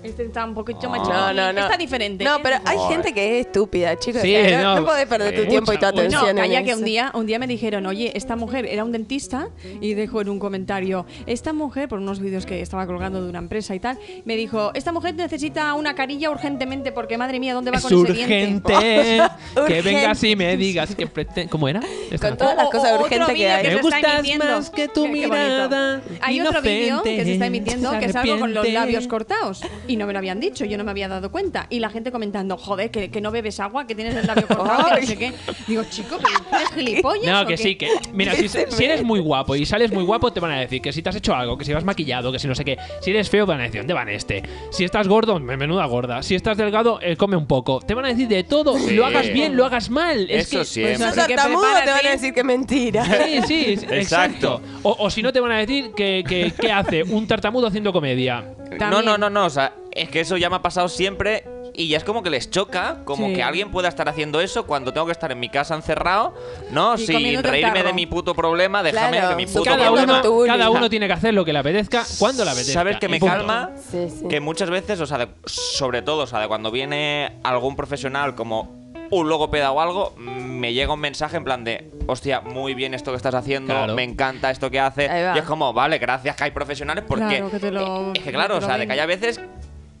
C: Este está un poquito
E: No,
C: machito.
B: No, no, no.
C: Está diferente. Este
B: No, pero hay
E: Joder.
B: gente que es estúpida, chicos.
A: Sí,
B: O sea, no,
A: no.
B: no podés perder tu
E: Sí.
B: tiempo y tu
A: Mucha- Uy,
B: atención.
C: No,
B: en
C: calla que
B: eso.
C: un día, un día me dijeron, oye, esta mujer era un dentista y dejó en un comentario, esta mujer, por unos vídeos que estaba colgando de una empresa y tal, me dijo, esta mujer necesita una carilla urgentemente porque madre mía, ¿dónde va
A: Es
C: con ese diente?
A: urgente que
B: Urgente.
A: vengas y me digas que preten- ¿Cómo era? Esta-
B: Con Oh, todas las cosas
C: O- o- otro
B: urgentes que
C: vídeo
B: hay.
A: Me
C: se está
A: gustas
C: emitiendo.
A: más que tu
C: Qué- qué bonito.
A: mirada
C: Hay otro vídeo que se está emitiendo que
A: inocente,
C: es algo con los
A: arrepiente.
C: labios cortados y no me lo habían dicho, yo no me había dado cuenta y la gente comentando, joder, que, que no bebes agua, que tienes el labio cortado, que no sé qué. Digo, chico, ¿pero tú eres gilipollas?
A: No,
C: o
A: que
C: qué?".
A: sí, que. Mira, si, si eres muy guapo y sales muy guapo, te van a decir que si te has hecho algo, que si vas maquillado, que si no sé qué. Si eres feo, te van a decir, ¿dónde van este? Si estás gordo, me- menuda gorda. Si estás delgado, eh, come un poco. Te van a decir de todo.
E: Sí.
A: Lo hagas bien, lo hagas mal. Es
E: Eso
A: que, pues,
E: siempre.
B: Si sos
C: Así que
B: tartamudo, te van
C: prepárate.
B: a decir que es mentira.
A: Sí, sí, sí,
E: Exacto.
A: exacto. O, o si no, te van a decir que, que- ¿qué hace un tartamudo haciendo comedia.
E: No,
C: También.
E: no, no, no. O sea, es que eso ya me ha pasado siempre y ya es como que les choca, como
C: Sí.
E: que alguien pueda estar haciendo eso cuando tengo que estar en mi casa encerrado, ¿no?
C: Y
E: Sin
C: comiéndote un
E: reírme
C: tarro.
E: de mi puto problema, déjame
B: Claro,
E: de mi puto
A: Cada
B: comiendo
E: problema.
A: uno,
B: betún.
A: cada uno tiene que hacer lo que le apetezca, cuando le apetezca.
E: ¿Sabes que
A: y
E: me
A: punto.
E: calma?
B: Sí, sí.
E: Que muchas veces, o sea, de- sobre todo, o sea, de cuando viene algún profesional como un logopeda o algo, me llega un mensaje en plan de, hostia, muy bien esto que estás haciendo,
A: Claro.
E: me encanta esto que
B: Ahí
E: hace.
B: va.
E: Y es como, vale, gracias que hay profesionales porque eh,
C: Claro, que te lo-
E: es que
C: que
E: claro, o
C: te lo
E: sea, de que
C: venden.
E: hay a veces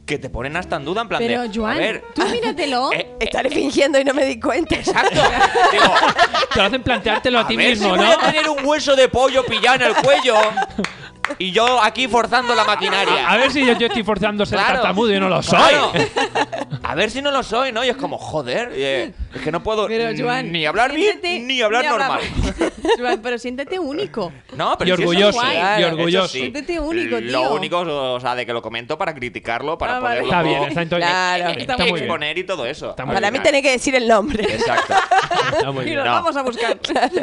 E: que te ponen hasta en duda en plan
C: Pero
E: de,
C: Joan,
E: a ver,
C: tú míratelo.
E: eh,
B: Estaré fingiendo y no me di cuenta.
E: exacto. Digo,
A: Te lo hacen planteártelo a,
E: a
A: ti
E: ver si
A: mismo,
E: voy
A: ¿no?
E: a tener un hueso de pollo pillado en el cuello y yo aquí forzando la maquinaria.
A: A ver si yo, yo estoy forzando a ser
E: Claro.
A: tartamudo y no lo soy.
E: Claro. a ver si no lo soy, ¿no? Y es como, joder, eh, es que no puedo
C: Pero, Joan,
E: mm, ni hablar bien
C: siéntete-
E: ni hablar normal.
C: Joan, pero siéntete único.
E: No, pero
A: Y
E: si eso
A: orgulloso,
E: sí,
A: y
E: claro, eso
A: orgulloso.
E: sí.
C: Siéntete único, tío.
E: Lo único, o sea, de que lo comento para criticarlo, para
C: Ah, vale.
E: poderlo
A: Está bien,
E: luego
A: está, entonces-
B: Claro.
A: está,
E: exponer
A: muy bien.
E: y todo eso.
A: Está muy
B: Para mí
E: Al final.
B: tenés que decir el nombre.
E: Exacto.
A: Está muy
C: Y
A: bien.
C: lo
E: No.
C: vamos a buscar.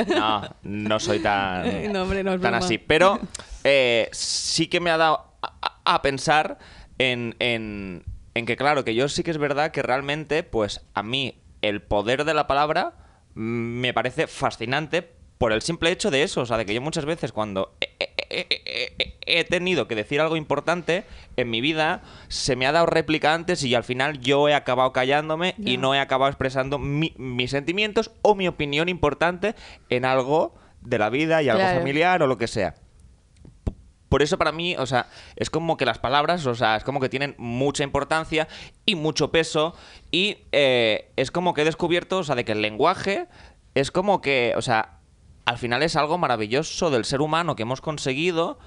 E: No, no soy tan,
C: No, hombre, no, es
E: tan
C: broma.
E: así. Pero eh, sí que me ha dado a, a- a pensar en, en- en que, claro, que yo sí que es verdad que realmente, pues a mí el poder de la palabra mm, me parece fascinante por el simple hecho de eso. O sea, de que yo muchas veces cuando he, he- he- he- he tenido que decir algo importante en mi vida, se me ha dado réplica antes y al final yo he acabado callándome y
C: Ya.
E: no he acabado expresando mi- mis sentimientos o mi opinión importante en algo de la vida y algo
B: Claro.
E: familiar o lo que sea. P- Por eso para mí, o sea, es como que las palabras, o sea, es como que tienen mucha importancia y mucho peso y eh, es como que he descubierto, o sea, de que el lenguaje es como que, o sea, al final es algo maravilloso del ser humano que hemos conseguido,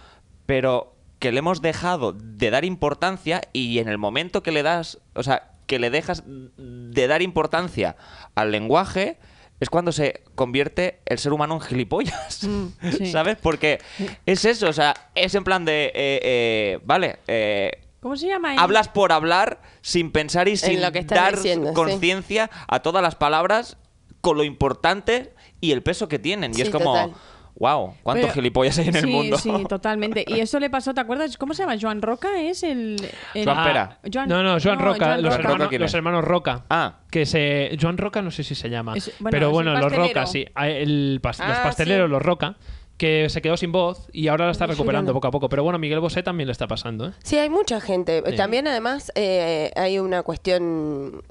E: pero que le hemos dejado de dar importancia y en el momento que le das, o sea, que le dejas de dar importancia al lenguaje, es cuando se convierte el ser humano en gilipollas,
C: sí.
E: ¿sabes? Porque es eso, o sea, es en plan de, eh, eh, vale, eh,
C: ¿Cómo se llama? él?
E: hablas por hablar sin pensar y sin
B: lo que estás
E: dar
B: diciendo, sí.
E: conciencia a todas las palabras con lo importante y el peso que tienen. Y
B: Sí,
E: es como,
B: total.
E: wow, ¿cuántos
C: Pero-
E: gilipollas hay en el
C: Sí,
E: mundo?
C: Sí, totalmente. Y eso le pasó, ¿te acuerdas? ¿Cómo se llama? Joan Roca es el... el-
E: Joan Pera.
C: Joan-
A: Ah, no, no, Joan
C: no,
A: Roca,
C: Joan
A: los,
C: Roca.
A: Hermanos,
E: quién es?
A: los hermanos Roca.
E: Ah.
A: Que se. Joan Roca no sé si se llama.
C: Es- bueno,
A: pero
C: es
A: bueno,
C: un
A: los
C: pastelero.
A: Roca, sí. Ah, el pas- los
B: Ah,
A: pasteleros,
B: sí.
A: los Roca, que se quedó sin voz y ahora la
C: Ah,
A: está recuperando poco a poco. Pero bueno, Miguel Bosé también le está pasando, ¿eh?
B: Sí, hay mucha gente.
A: Sí.
B: También, además, eh, hay una cuestión.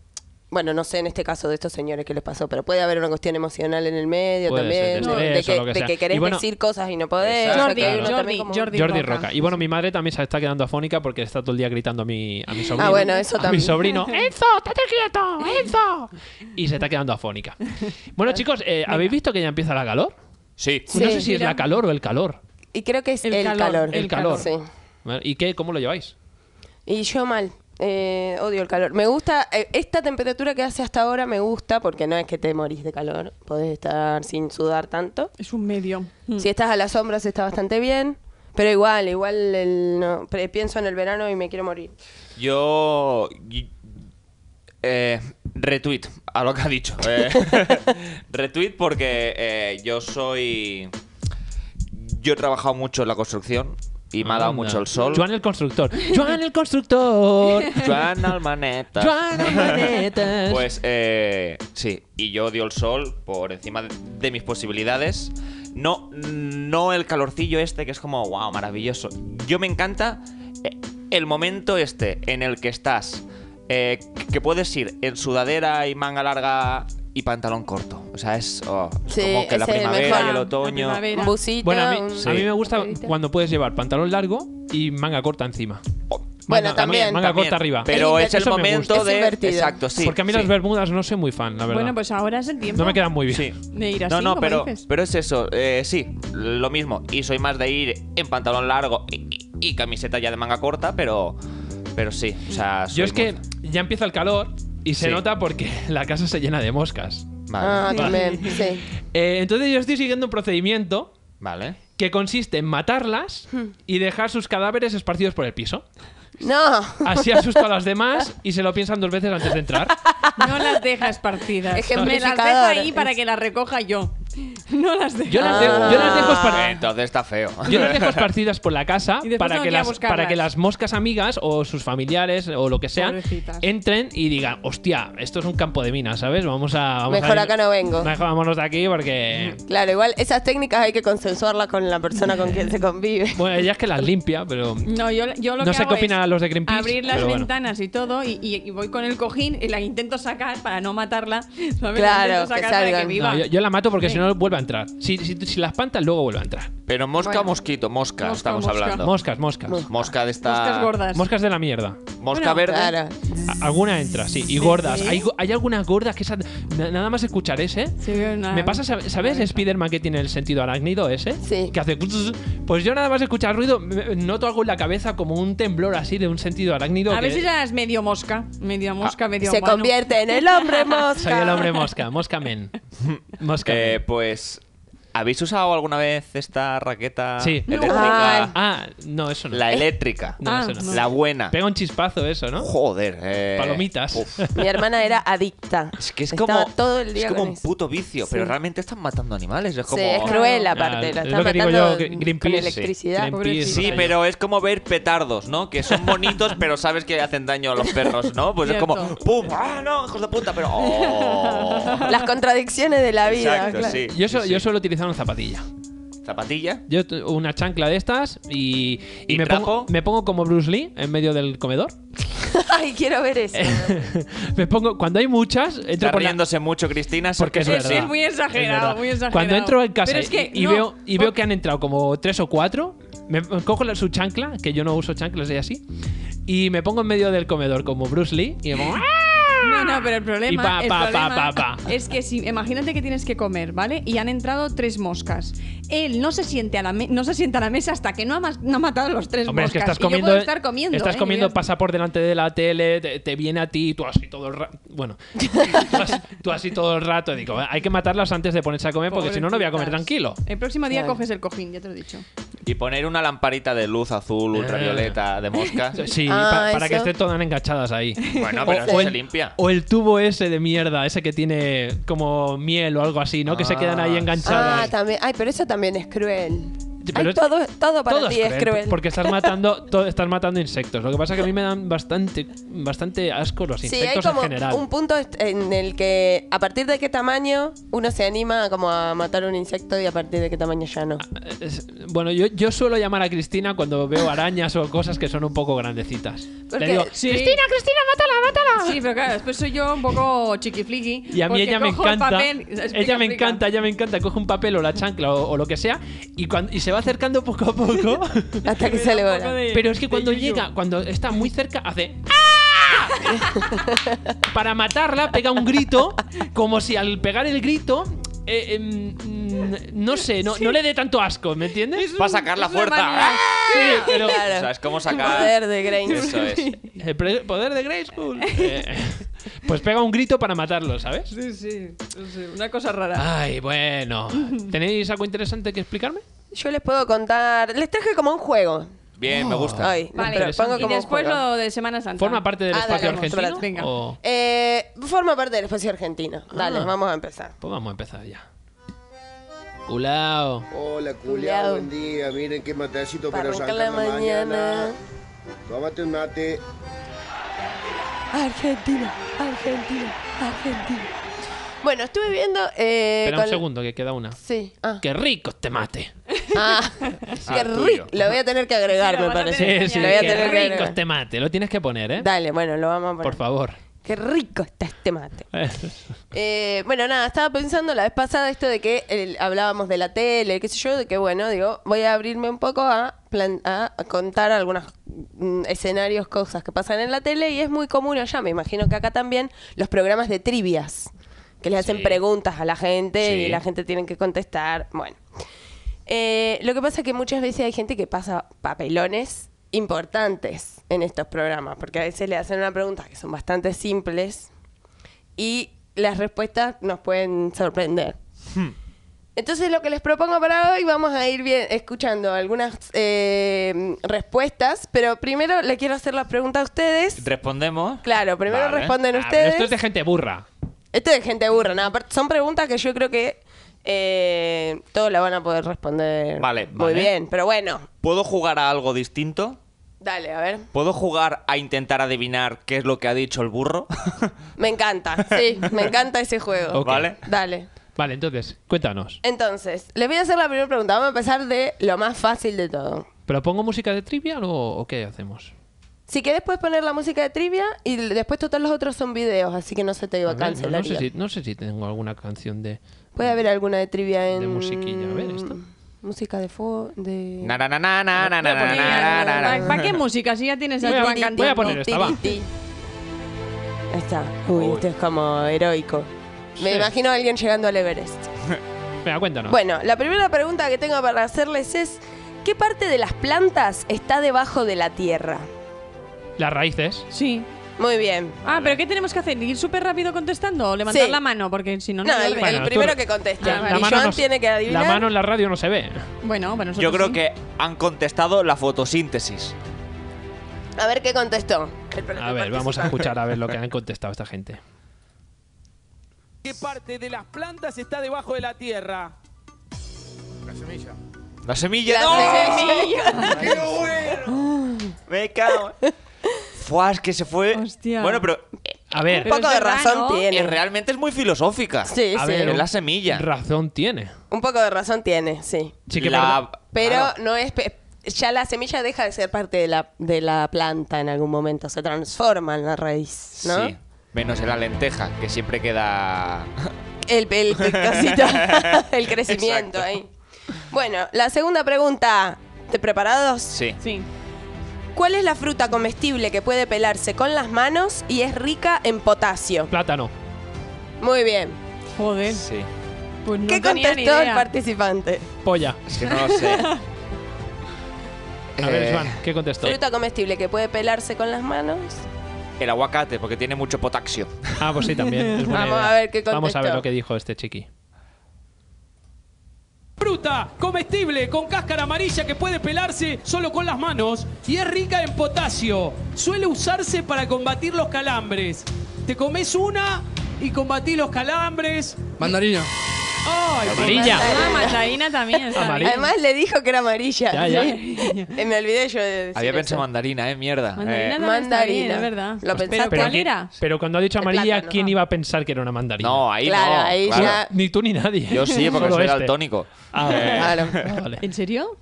B: Bueno, no sé en este caso de estos señores qué les pasó, pero puede haber una cuestión emocional en el medio
A: Puede
B: también.
A: ser, de
B: de,
A: estrés o
B: que,
A: lo que
B: de
A: sea.
B: que querés
A: Y bueno-
B: decir cosas y no podés.
E: Exacto.
B: o sea, que hay
A: Jordi,
B: uno también
C: Jordi,
B: como-
C: Jordi.
A: Jordi
C: Roca.
A: Roca. Y bueno, mi madre también se está quedando afónica porque está todo el día gritando a mi,
C: Ah,
A: a mi sobrino.
B: bueno, eso
A: A mi
B: también.
A: sobrino. ¡Enzo, estate quieto! ¡Enzo! Y se está quedando afónica. Bueno, chicos, eh, ¿habéis visto que ya empieza la calor?
E: Sí.
B: Sí.
A: Pues No sé si es
C: Mira.
A: la calor o el calor.
B: Y creo que es
C: El
B: el,
C: calor,
B: calor.
A: El calor.
B: Sí.
A: Bueno, ¿Y qué? ¿Cómo lo lleváis?
B: Y yo mal. Eh, odio el calor. Me gusta, eh, esta temperatura que hace hasta ahora me gusta porque no es que te morís de calor. Podés estar sin sudar tanto.
C: Ah, Es un medio. Hmm.
B: Si estás a las sombras está bastante bien. Pero igual, igual el- no, pre- pienso en el verano y me quiero morir.
E: Yo. y- eh, retweet a lo que ha dicho. Eh, retweet porque eh, yo soy. Yo he trabajado mucho en la construcción y me ha dado
A: Anda.
E: mucho el sol.
A: Joan el constructor. Joan el constructor.
E: Joan Almaneta.
A: Joan Almanetas.
E: Pues eh, sí, y yo odio el sol por encima de, de mis posibilidades. No, no el calorcillo este que es como, wow, maravilloso. Yo me encanta eh, el momento este en el que estás, eh, que puedes ir en sudadera y manga larga y pantalón corto. O sea, es, oh, es
B: Sí,
E: como que la
B: ese es el
E: primavera y
B: mejor.
E: el
B: La
E: otoño.
C: primavera. Era.
B: Un busito.
A: Bueno, a mí,
B: un-
E: Sí.
A: a mí me gusta cuando puedes llevar pantalón largo y manga corta encima.
B: Bueno,
A: Manga-
B: también.
A: Manga
E: También,
A: corta arriba.
E: Pero
B: Es
E: es el
A: invertido.
E: momento
B: Es
E: de.
B: invertido.
E: Exacto, sí.
A: Porque a mí
E: sí.
A: las bermudas no soy muy fan, la verdad.
C: Bueno, pues ahora es el tiempo.
A: no me quedan muy bien.
E: Sí.
C: De ir así,
E: no, no,
C: como
E: pero,
C: dices.
E: pero es eso, eh, sí, lo mismo. Y soy más de ir en pantalón largo y, y- y camiseta ya de manga corta, pero, pero sí. O sea, soy
A: Yo es que
E: muy-
A: ya empieza el calor y se
E: Sí.
A: nota porque la casa se llena de moscas.
E: Vale,
B: Ah, también, sí.
A: Eh, entonces yo estoy siguiendo un procedimiento
E: vale.
A: que consiste en matarlas y dejar sus cadáveres esparcidos por el piso.
B: No,
A: Así asusto a las demás y se lo piensan dos veces antes de entrar.
C: No las dejas partidas. Me las
B: Ejemplificador.
C: dejo ahí para que las recoja yo. No las dejo.
A: Yo las
B: Ah.
A: dejo, yo las dejo espar-
E: Eh, Entonces está feo.
A: Yo las dejo esparcidas por la casa
C: Y después
A: para
C: tengo
A: que,
C: que ir a
A: las,
C: buscarlas.
A: para que las moscas amigas o sus familiares o lo que sean
C: Pobrecitas.
A: entren y digan, hostia, esto es un campo de minas, ¿sabes? Vamos a... Vamos
B: Mejor
A: a
B: acá no vengo.
A: Mejor vámonos de aquí porque...
B: claro, igual esas técnicas hay que consensuarlas con la persona con quien se convive.
A: Bueno, ella es que las limpia, pero...
C: No, Mm. yo, yo lo
A: No
C: que
A: sé
C: hago
A: qué opinan
C: es
A: los de Greenpeace,
C: Abrir las
A: pero bueno.
C: ventanas y todo y, y- y voy con el cojín y la intento sacar para no matarla. ¿sabes? La
B: Claro,
C: intento sacar
B: que
C: para
B: salgan.
C: viva.
A: No, yo, yo la mato porque
C: Sí.
A: si no vuelve a entrar. Si, si, si las pantas, luego vuelve a entrar.
E: Pero mosca o mosquito, mosca,
C: Mosca,
E: estamos
C: mosca.
E: hablando.
A: Moscas, moscas.
E: Mosca de esta.
C: Moscas gordas.
A: Moscas de la mierda. ¿eh?
E: Mosca verde.
B: Claro.
A: A- Alguna entra, sí. Y gordas. Hay, go- hay algunas gordas que esa- na- nada más escuchar ese.
C: Se ve una-
A: Me pasa, sab- ¿sabes Spiderman que tiene el sentido arácnido ese?
B: Sí.
A: Que hace... Pues yo nada más escuchar ruido, me- noto algo en la cabeza como un temblor así de un sentido arácnido.
C: A
A: que- Ah,
C: veces eras medio mosca, medio mosca, medio
B: Se
C: humano.
B: convierte en el hombre mosca.
A: Soy el hombre mosca, mosca men. Mosca men.
E: Eh, pues, ¿habéis usado alguna vez esta raqueta
A: Sí. No.
E: eléctrica?
B: Ay.
A: Ah, no, eso no.
E: La eléctrica.
A: No,
C: Ah,
A: eso no.
C: no.
E: La buena.
A: Pega un chispazo eso, ¿no?
E: Joder. eh,
A: Palomitas.
E: uf.
B: Mi hermana era adicta.
E: Es que es
B: Estaba
E: como,
B: todo el
E: es
B: día
E: como
B: con
E: un
B: eso.
E: puto vicio, pero
B: Sí.
E: realmente están matando animales. Es como...
B: Sí, es cruel
C: Ah,
B: aparte. la
A: es
B: están
A: lo que digo
B: matando
A: yo, que
B: con
A: Greenpeace,
B: electricidad.
A: Greenpeace,
C: pobrecito.
E: Sí,
A: vaya.
E: pero es como ver petardos, ¿no? Que son bonitos, pero sabes que hacen daño a los perros, ¿no? Pues es como,
C: Cierto.
E: ¡pum! ¡Ah, no! ¡Hijos de puta! Pero. ¡Oh!
B: Las contradicciones de la vida.
E: Exacto,
B: claro.
E: sí.
A: Yo, so-
E: sí,
A: yo
E: sí.
A: solo utilizaba una zapatilla.
E: ¿Zapatilla?
A: Yo t- una chancla de estas y, y
E: ¿Y
A: me, pongo,
E: trapo?
A: me pongo como Bruce Lee en medio del comedor.
B: Ay, quiero ver eso.
A: me pongo cuando hay muchas entro
E: Está
A: por la-
E: riéndose mucho, Cristina. eso
A: porque es
E: que-
A: verdad.
C: Es, es muy exagerado,
A: verdad.
C: muy exagerado.
A: Cuando entro en casa
C: Pero es que
A: y,
C: no,
A: veo, y veo
C: por-
A: que han entrado como tres o cuatro, me me cojo la- su chancla, que yo no uso chanclas y así, y me pongo en medio del comedor como Bruce Lee y "Ah, me pongo...
C: No, no, pero el problema,
A: Y pa,
C: el
A: pa, pa,
C: problema
A: pa, pa.
C: es que si imagínate que tienes que comer, ¿vale? Y han entrado tres moscas. Él no se siente a la me- no se sienta a la mesa hasta que no ha, mas- no ha matado a los tres
A: Hombre, es que
C: moscas.
A: estás
C: Y yo
A: comiendo.
C: puedo estar comiendo.
A: Estás
C: ¿eh?
A: comiendo,
C: Yo-
A: pasa por delante de la tele, te, te viene a ti, tú así todo el rato. Bueno, tú así, tú así todo el rato. Digo, hay que matarlas antes de ponerse a comer porque si no, no voy a comer
C: Pobrecitas.
A: tranquilo.
C: El próximo día
B: Claro.
C: coges el cojín, ya te lo he dicho.
E: Y poner una lamparita de luz azul
A: Eh.
E: ultravioleta de mosca.
A: Sí,
B: Ah,
A: pa- para que
B: eso.
A: estén todas enganchadas ahí.
E: Bueno, pero eso se
A: el-
E: limpia.
A: O el tubo ese de mierda, ese que tiene como miel o algo así, ¿no? Que se quedan ahí
E: Ah,
A: enganchadas.
B: Ah, también. Ay, pero eso también es cruel.
A: Pero
B: Ay,
A: es-
B: todo, todo para
A: Todo
B: ti es cruel.
A: Porque estás matando, to- estás matando insectos. Lo que pasa es que a mí me dan bastante, bastante asco los
B: Sí,
A: insectos
B: hay como
A: en general.
B: un punto est- en el que a partir de qué tamaño uno se anima como a matar un insecto y a partir de qué tamaño ya no.
A: Eh, Es- Bueno, yo, yo suelo llamar a Cristina cuando veo arañas o cosas que son un poco grandecitas.
B: Porque-
A: Le digo,
C: Sí.
A: Cristina,
D: Cristina, mátala, mátala.
C: Sí, pero claro, después soy yo un poco chiquifliqui.
A: Y a mí
C: porque
A: ella me
C: cojo el
A: encanta.
C: papel- Explica,
A: ella me
C: explica.
A: encanta, ella me encanta. Coge un papel o la chancla o, o lo que sea y, cuan- y se va acercando poco a poco.
B: Hasta que se le
C: poco
B: vola.
C: de-
A: Pero es que cuando
C: yuyu.
A: llega, cuando está muy cerca, hace. ¡Ah! Para matarla, pega un grito, como si al pegar el grito. eh, em, mm, no sé, no, no le dé tanto asco, ¿me entiendes?
E: Para sacar la
C: Es una
E: fuerza.
C: manía.
E: ¡Ah!
A: Sí, pero.
E: O sea, es como
B: El
E: sacar.
B: poder de Granger.
E: Eso es.
A: El pre- poder de Grey School. pues pega un grito para matarlo, ¿sabes?
C: Sí, sí, no sé, una cosa rara.
A: Ay, bueno. ¿Tenéis algo interesante que explicarme?
B: Yo les puedo contar. Les traje como un juego.
E: Bien, me gusta.
B: Ay,
C: vale,
B: pero pongo como
C: y después
B: un juego.
C: lo de Semana Santa.
A: ¿Forma parte del
B: Ah,
A: espacio
B: dale,
A: argentino?
C: espérate, venga.
A: o-
B: Eh, forma parte del espacio argentino. Dale,
A: Ah.
B: vamos a empezar.
A: Pues vamos a empezar ya.
B: Eh,
A: Culao.
B: Culiao.
F: Hola, culiao, buen día. Miren qué matecito
B: Para
F: para,
B: arrancar
F: sacar
B: la
F: la
B: mañana.
F: mañana. Tómate un mate.
B: Argentina, Argentina, Argentina. Bueno, estuve viendo. Eh,
A: Espera
B: con-
A: un segundo, que queda una.
B: Sí. Ah.
A: ¡Qué rico este mate!
B: Ah, qué
E: tuyo.
B: rico. Lo voy a tener que agregar,
C: Sí,
B: me
C: lo van a
B: parece.
C: tener
A: Sí,
C: que
A: sí,
B: Lo voy a
A: qué
B: tener que
A: rico
B: agregar.
A: este mate. Lo tienes que poner, ¿eh?
B: Dale, bueno, lo vamos a poner.
A: Por favor. Ah,
B: Qué rico está este mate. Eh, bueno, nada, estaba pensando la vez pasada esto de que el- hablábamos de la tele, qué sé yo, de que bueno, digo, voy a abrirme un poco a, plan- a contar algunos mm, escenarios, cosas que pasan en la tele y es muy común allá, me imagino que acá también, los programas de trivias, que les hacen
A: Sí.
B: preguntas a la gente y
A: Sí.
B: la gente tiene que contestar, bueno. Eh, lo que pasa es que muchas veces hay gente que pasa papelones importantes en estos programas, porque a veces le hacen una pregunta que son bastante simples y las respuestas nos pueden sorprender. Entonces lo que les propongo para hoy vamos a ir bien, escuchando algunas eh, respuestas, pero primero le quiero hacer las preguntas a ustedes.
E: Respondemos.
B: Claro, primero
E: Vale.
B: responden
A: Ah, pero
B: ustedes.
A: esto es de gente burra.
B: Esto es de gente burra, no, aparte son preguntas que yo creo que eh, todos la van a poder responder
E: Vale,
B: muy
E: vale.
B: bien, pero bueno,
E: ¿Puedo jugar a algo distinto?
B: dale, a ver.
E: ¿Puedo jugar a intentar adivinar qué es lo que ha dicho el burro?
B: Me encanta, sí, me encanta ese juego.
A: Ok.
E: ¿Vale?
B: Dale.
A: Vale, entonces, cuéntanos.
B: Entonces, les voy a hacer la primera pregunta. Vamos a empezar de lo más fácil de todo.
A: ¿Pero pongo música de trivia o, o qué hacemos?
B: Si querés puedes poner la música de trivia y l- después todos los otros son videos, así que no se te iba
A: A
B: a
A: ver, no,
B: cancelar.
A: no sé si, no sé si tengo alguna canción de.
B: Puede haber alguna de trivia en...
A: musiquilla, a ver, esta.
B: Música de fuego, de...
E: Na, na, na, na, na, na, na, na, na, na, na.
C: ¿Para qué música? Si ya tienes a
A: Voy a-
C: Joan
A: voy a
C: cantando.
A: poner esta, va.
B: Tiriti. Ahí está. Uy,
E: Uy.
B: esto es como heroico. Me
A: Sí.
B: imagino a alguien llegando al Everest.
A: Venga, cuéntanos.
B: Bueno, la primera pregunta que tengo para hacerles es: ¿qué parte de las plantas está debajo de la tierra?
A: Las raíces.
C: Sí.
B: Muy bien.
C: Ah, pero ¿qué tenemos que hacer? ¿Ir súper rápido contestando o levantar
B: Sí.
C: la mano? Porque si no, no.
B: No, el,
C: veo.
A: Bueno,
B: el
A: tú-
B: primero que conteste.
C: Ah, vale.
B: Y
C: La
B: Joan
A: no se-
B: tiene que adivinar.
A: La mano en la radio no se ve.
C: Bueno, para nosotros
E: Yo creo
C: sí.
E: que han contestado la fotosíntesis.
B: A ver qué contestó. El- el
A: A ver, vamos a
B: participante.
A: escuchar a ver lo que han contestado esta gente.
G: ¿Qué parte de las plantas está debajo de la tierra?
E: La semilla.
B: La
E: ¡No!
B: semilla.
E: ¡Qué bueno! Me cago. Fua, es que se fue.
C: Hostia.
E: Bueno, pero eh,
A: A ver,
B: Un poco
C: es
B: de
C: verdad,
B: razón
C: ¿no?
B: tiene.
E: realmente es muy filosófica.
B: Sí,
A: a
B: sí.
A: ver,
E: Es la semilla.
A: razón tiene.
B: Un poco de razón tiene, sí.
A: Sí que
E: La-
B: Pero
E: Claro.
B: no es. pe- Ya la semilla deja de ser parte de la, de la planta en algún momento. Se transforma en la raíz, ¿no?
E: Sí. Menos en la lenteja, que siempre queda.
B: El, el, el cosito, el crecimiento
E: Exacto.
B: ahí. Bueno, la segunda pregunta. ¿Te preparados?
E: Sí.
C: Sí.
B: ¿Cuál es la fruta comestible que puede pelarse con las manos y es rica en potasio?
A: Plátano.
B: Muy bien.
C: Joder.
E: Sí.
C: Pues no
B: ¿Qué
C: tenía ni
B: contestó el
C: idea.
B: participante?
A: Polla.
E: Es que no lo sé.
A: A ver,
E: Eh,
A: Juan, ¿qué contestó?
B: Fruta comestible que puede pelarse con las manos.
E: El aguacate, porque tiene mucho potasio.
A: Ah, pues sí, también. es buena
B: Vamos
A: idea.
B: a ver qué
A: Vamos a ver
B: contestó.
A: lo que dijo este chiqui.
G: Fruta comestible con cáscara amarilla que puede pelarse solo con las manos y es rica en potasio. Suele usarse para combatir los calambres. Te comes una y combatís los calambres.
H: Mandarina.
G: ¡Ay!
A: Amarilla.
C: Ah, mandarina también. está
A: Amarilla.
C: bien.
B: Además le dijo que era amarilla.
A: Ya, ya.
B: Eh, Me olvidé yo de decir
E: Había
B: eso.
E: pensado mandarina, eh, mierda.
C: Mandarina
E: Eh,
C: también está
B: Mandarina.
C: bien, es verdad.
B: Lo
C: Pero
B: pensaste.
C: ¿cuál
A: ¿quién-
C: era?
A: Pero cuando ha dicho
B: El
A: amarilla,
B: plátano.
A: ¿quién iba a pensar que era una mandarina?
E: no, ahí
B: Claro,
E: no.
B: ahí
E: claro.
B: ya-
A: Ni tú ni nadie.
E: Yo sí, porque
A: Solo
E: soy
A: este.
E: daltónico.
A: Ah, vale.
B: Claro.
A: Ah, vale.
C: ¿En serio?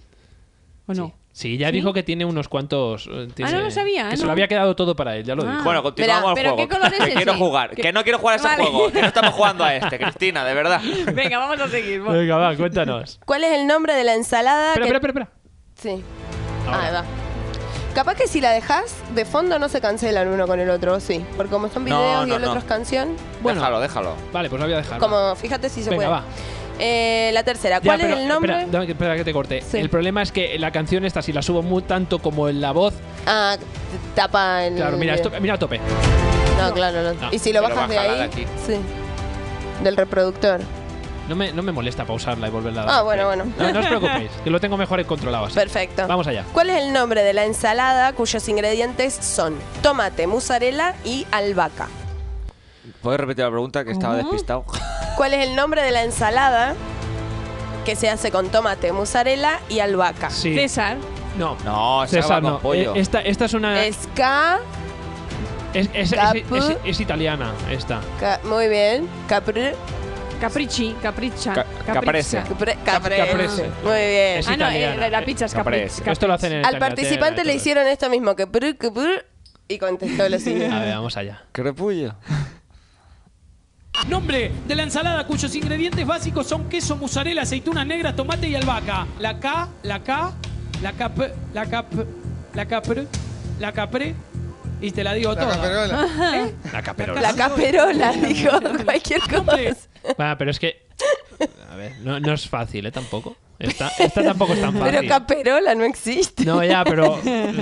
C: ¿O no?
A: Sí, ya
C: ¿Sí?
A: dijo que tiene unos cuantos. eh, tiene-
C: no lo sabía,
A: Que
C: ah,
A: se
C: no.
A: lo había quedado todo para él, ya lo dijo.
C: Ah.
E: Bueno, continuamos
C: Verá,
E: al
C: ¿pero qué
E: juego.
C: color es
E: que quiero
C: ese?
E: jugar,
C: ¿Qué-
E: que no quiero jugar a ese
C: Vale.
E: juego, que no estamos jugando a este, Cristina, de verdad.
C: Venga, vamos a seguir. bueno.
A: Venga, va, cuéntanos.
B: ¿Cuál es el nombre de la ensalada?
A: Espera,
B: Ah, que-
A: espera, espera, espera.
B: Sí.
A: Ahora.
B: Ahí va. Capaz que si la dejas de fondo no se cancelan uno con el otro, sí. Porque como son
E: No,
B: videos y
E: no,
B: el
E: no.
B: otro es canción,
A: Bueno.
E: Déjalo, déjalo.
A: Vale, pues la voy a dejar. va.
B: como fíjate si se
A: Venga,
B: puede.
A: va.
B: Eh, la tercera,
A: Ya,
B: ¿cuál
A: pero-
B: es el nombre?
A: Espera, dame que- espera que te corte.
B: Sí.
A: El problema es que la canción esta, si la subo muy tanto como en la voz.
B: Ah, tapa el.
A: Claro, mira, esto, mira a tope.
B: No, claro, no.
A: No,
B: y si lo
E: pero
B: bajas de
E: bájala
B: ahí.
E: de aquí.
B: sí. Del reproductor.
A: No me, no me molesta pausarla y volverla a dar.
B: Ah, bueno, bueno.
A: No, no os preocupéis, que lo tengo mejor controlado así.
B: Perfecto.
A: Vamos allá.
B: ¿Cuál es el nombre de la ensalada cuyos ingredientes son tomate, mozzarella y albahaca?
E: ¿Puedes repetir la pregunta que estaba
C: ¿Cómo?
E: despistado?
B: ¿Cuál es el nombre de la ensalada que se hace con tomate, mozzarella y albahaca?
A: Sí.
C: César.
A: No.
E: No, se
A: César,
E: con
A: no.
E: pollo.
A: Eh, Esta, esta es una. Es,
B: Esca.
A: es, es-
B: Capu.
A: es- es italiana, esta.
B: ca- muy bien. Capri.
C: Capricci. Capriccia.
E: Ca-
C: capriccia.
E: caprese.
B: capre- capre-
A: caprese.
B: Muy bien.
A: Es
C: Ah, no, eh,
A: italiana.
C: la, la pizza es
E: Caprese.
C: capriccia.
A: Esto lo hacen en
B: Al
A: Italia,
B: participante
A: tiene-
B: le hicieron esto mismo, que prr, que prr, y contestó lo
A: A
B: siguiente.
A: ver, vamos allá.
E: ¿Qué repullo?
G: Nombre de la ensalada cuyos ingredientes básicos son queso, mozzarella, aceitunas negras, tomate y albahaca. La K, la K, la cap, la cap, la capre, la capre. Y te la digo
H: La
G: toda.
H: cacerola.
A: La caperola.
B: La caperola, dijo cualquier cosa.
A: Va, pero es que. A ver, no, no es fácil, ¿eh? Tampoco. Esta, esta tampoco es tan fácil.
B: Pero caperola no existe.
A: No, ya, pero.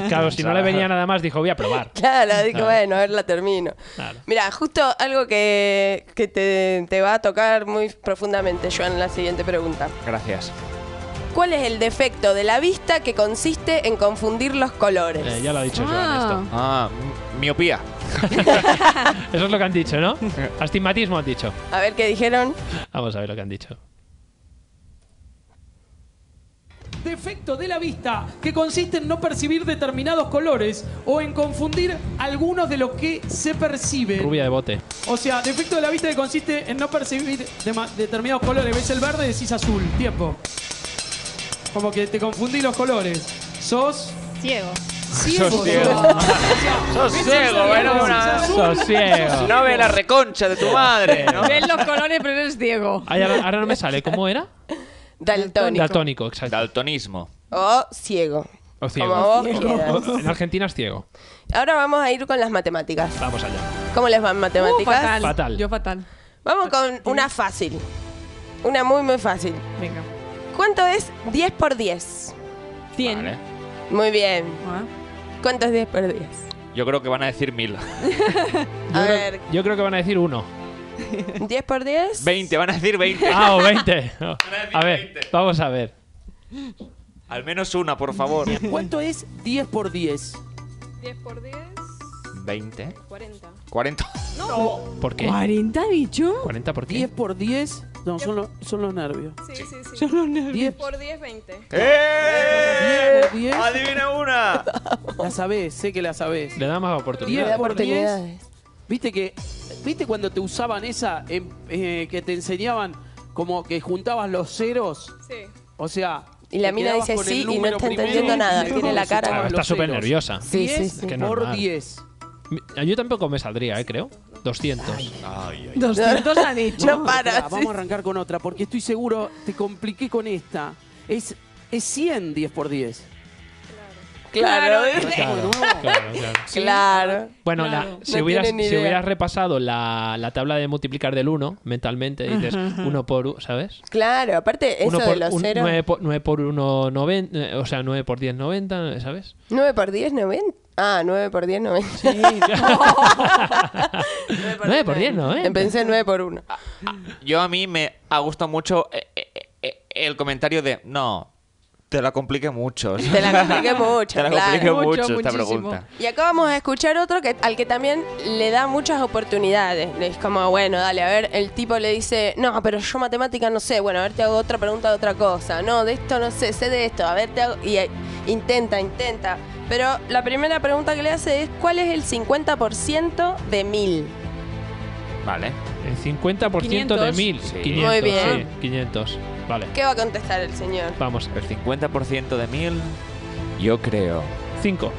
A: Claro, si no le venía nada más, dijo, voy a probar.
B: Claro, digo,
A: Claro.
B: bueno, a ver, la termino.
A: Claro.
B: Mira, justo algo que, que te, te va a tocar muy profundamente, Joan, la siguiente pregunta.
E: Gracias.
B: ¿Cuál es el defecto de la vista que consiste en confundir los colores?
A: Eh, ya lo ha dicho Joan,
E: Ah, m- miopía.
A: esto. Eso es lo que han dicho, ¿no? Astigmatismo han dicho.
B: A ver qué dijeron.
A: Vamos a ver lo que han dicho.
G: Defecto de la vista que consiste en no percibir determinados colores o en confundir algunos de los que se perciben.
A: Rubia de bote.
G: O sea, defecto de la vista que consiste en no percibir dema- determinados colores. Ves el verde, decís azul. Tiempo. Como que te confundí los colores. Sos
D: Ciego.
G: ciego.
E: Sos ciego.
G: O sea,
E: Sos
G: ves el
E: ciego,
G: verde,
E: bueno,
G: decís
E: una-
G: azul.
A: Sosiego.
E: No ve la reconcha de tu madre, ¿no?
C: Ves los colores, pero eres
E: Ah.
C: ciego.
A: Ay, ahora, ahora no me sale. ¿Cómo era?
B: Daltónico.
A: Daltónico, exacto.
E: Daltonismo.
B: O ciego.
A: O ciego.
B: Como vos quieras.
A: En Argentina es ciego.
B: Ahora vamos a ir con las matemáticas.
A: Vamos allá.
B: ¿Cómo les van
G: Uh,
B: matemáticas?
C: Uh, fatal.
A: Fatal.
C: Yo fatal.
B: Vamos con una fácil. Una muy, muy fácil.
C: Venga.
B: ¿Cuánto es 10 por 10?
C: 100.
E: Vale.
B: Muy bien.
C: Ah.
B: ¿Cuánto es 10 por 10?
E: Yo creo que van a decir mil.
B: A
A: yo, creo-
B: ver,
A: yo creo que van a decir uno.
B: 10 por 10.
E: 20, van a decir 20.
A: Ah, o 20. A ver,
E: 20.
A: vamos a ver.
E: Al menos una, por favor.
I: ¿Cuánto es 10 por 10?
J: 10 por 10,
E: 20.
J: 40.
E: 40.
A: ¿Por qué?
C: ¿40, bicho?
A: 40 por qué?
G: 10 por 10. No, son, lo- son los nervios.
J: Sí, sí, sí.
G: 10
J: 10 por 10, 20.
E: ¡Eh!
G: por 10.
E: ¡Adivina una!
G: La sabés, sé que la sabés.
A: Le da más
B: Me
A: oportunidad.
G: Diez.
B: da
G: por 10.
B: oportunidades.
G: ¿Viste que viste cuando te usaban esa em, eh, que te enseñaban como que juntabas los ceros?
J: Sí.
G: O sea,
B: Y la
G: te
B: mina
G: quedabas
B: dice
G: con el
B: sí y no
G: número
B: está
G: primero
B: entendiendo
G: y
B: nada,
G: luego
B: tiene la
G: le
B: cara.
G: sumabas
A: Ah, está
G: los
A: súper
G: ceros.
A: nerviosa.
B: Sí, sí,
G: 10
B: sí.
A: Que
G: por
A: normal.
G: 10.
A: Yo tampoco me saldría, eh, creo. Ah, 200.
C: 200 ha dicho.
B: No
G: Pará,
B: para.
G: vamos a arrancar con otra porque estoy seguro te compliqué con esta. Es es 100 10 por 10.
B: Claro,
A: Claro, claro, claro.
B: claro.
A: Bueno,
C: Claro.
A: la- si,
B: No
A: hubieras,
B: tiene ni
A: si
B: idea.
A: hubieras repasado la, la tabla de multiplicar del 1 mentalmente, dices 1 por 1, ¿sabes?
B: Claro, aparte eso
A: Uno
B: de
A: por,
B: los ceros.
A: 9 por, 9 por 1, 90, o sea, 9 por 10, 90, ¿sabes?
B: 9 por 10, 90. Ah, 9 por 10, 90.
A: 9 por 10, ¿no? ¿eh?
B: Empecé 9 por 1.
E: Yo a mí me ha gustado mucho eh, eh, eh, el comentario de no, te la complique mucho.
B: Te la compliqué mucho,
E: Te la
B: claro.
E: complique mucho,
C: Mucho,
E: esta
C: muchísimo.
E: pregunta.
B: Y acá vamos a escuchar otro que, al que también le da muchas oportunidades. Es como, bueno, dale, a ver, el tipo le dice, no, pero yo matemática no sé, bueno, a ver, te hago otra pregunta de otra cosa. No, de esto no sé, sé de esto, a ver, te hago... Y eh, intenta, intenta. Pero la primera pregunta que le hace es, ¿cuál es el 50% de 1000?
E: Vale.
A: El 50% de
C: 500.
A: 1000.
E: Sí.
A: 500,
B: Muy bien.
A: sí, 500. Vale,
B: ¿Qué va a contestar el señor?
A: vamos.
E: El 50% de mil, yo creo
A: 5.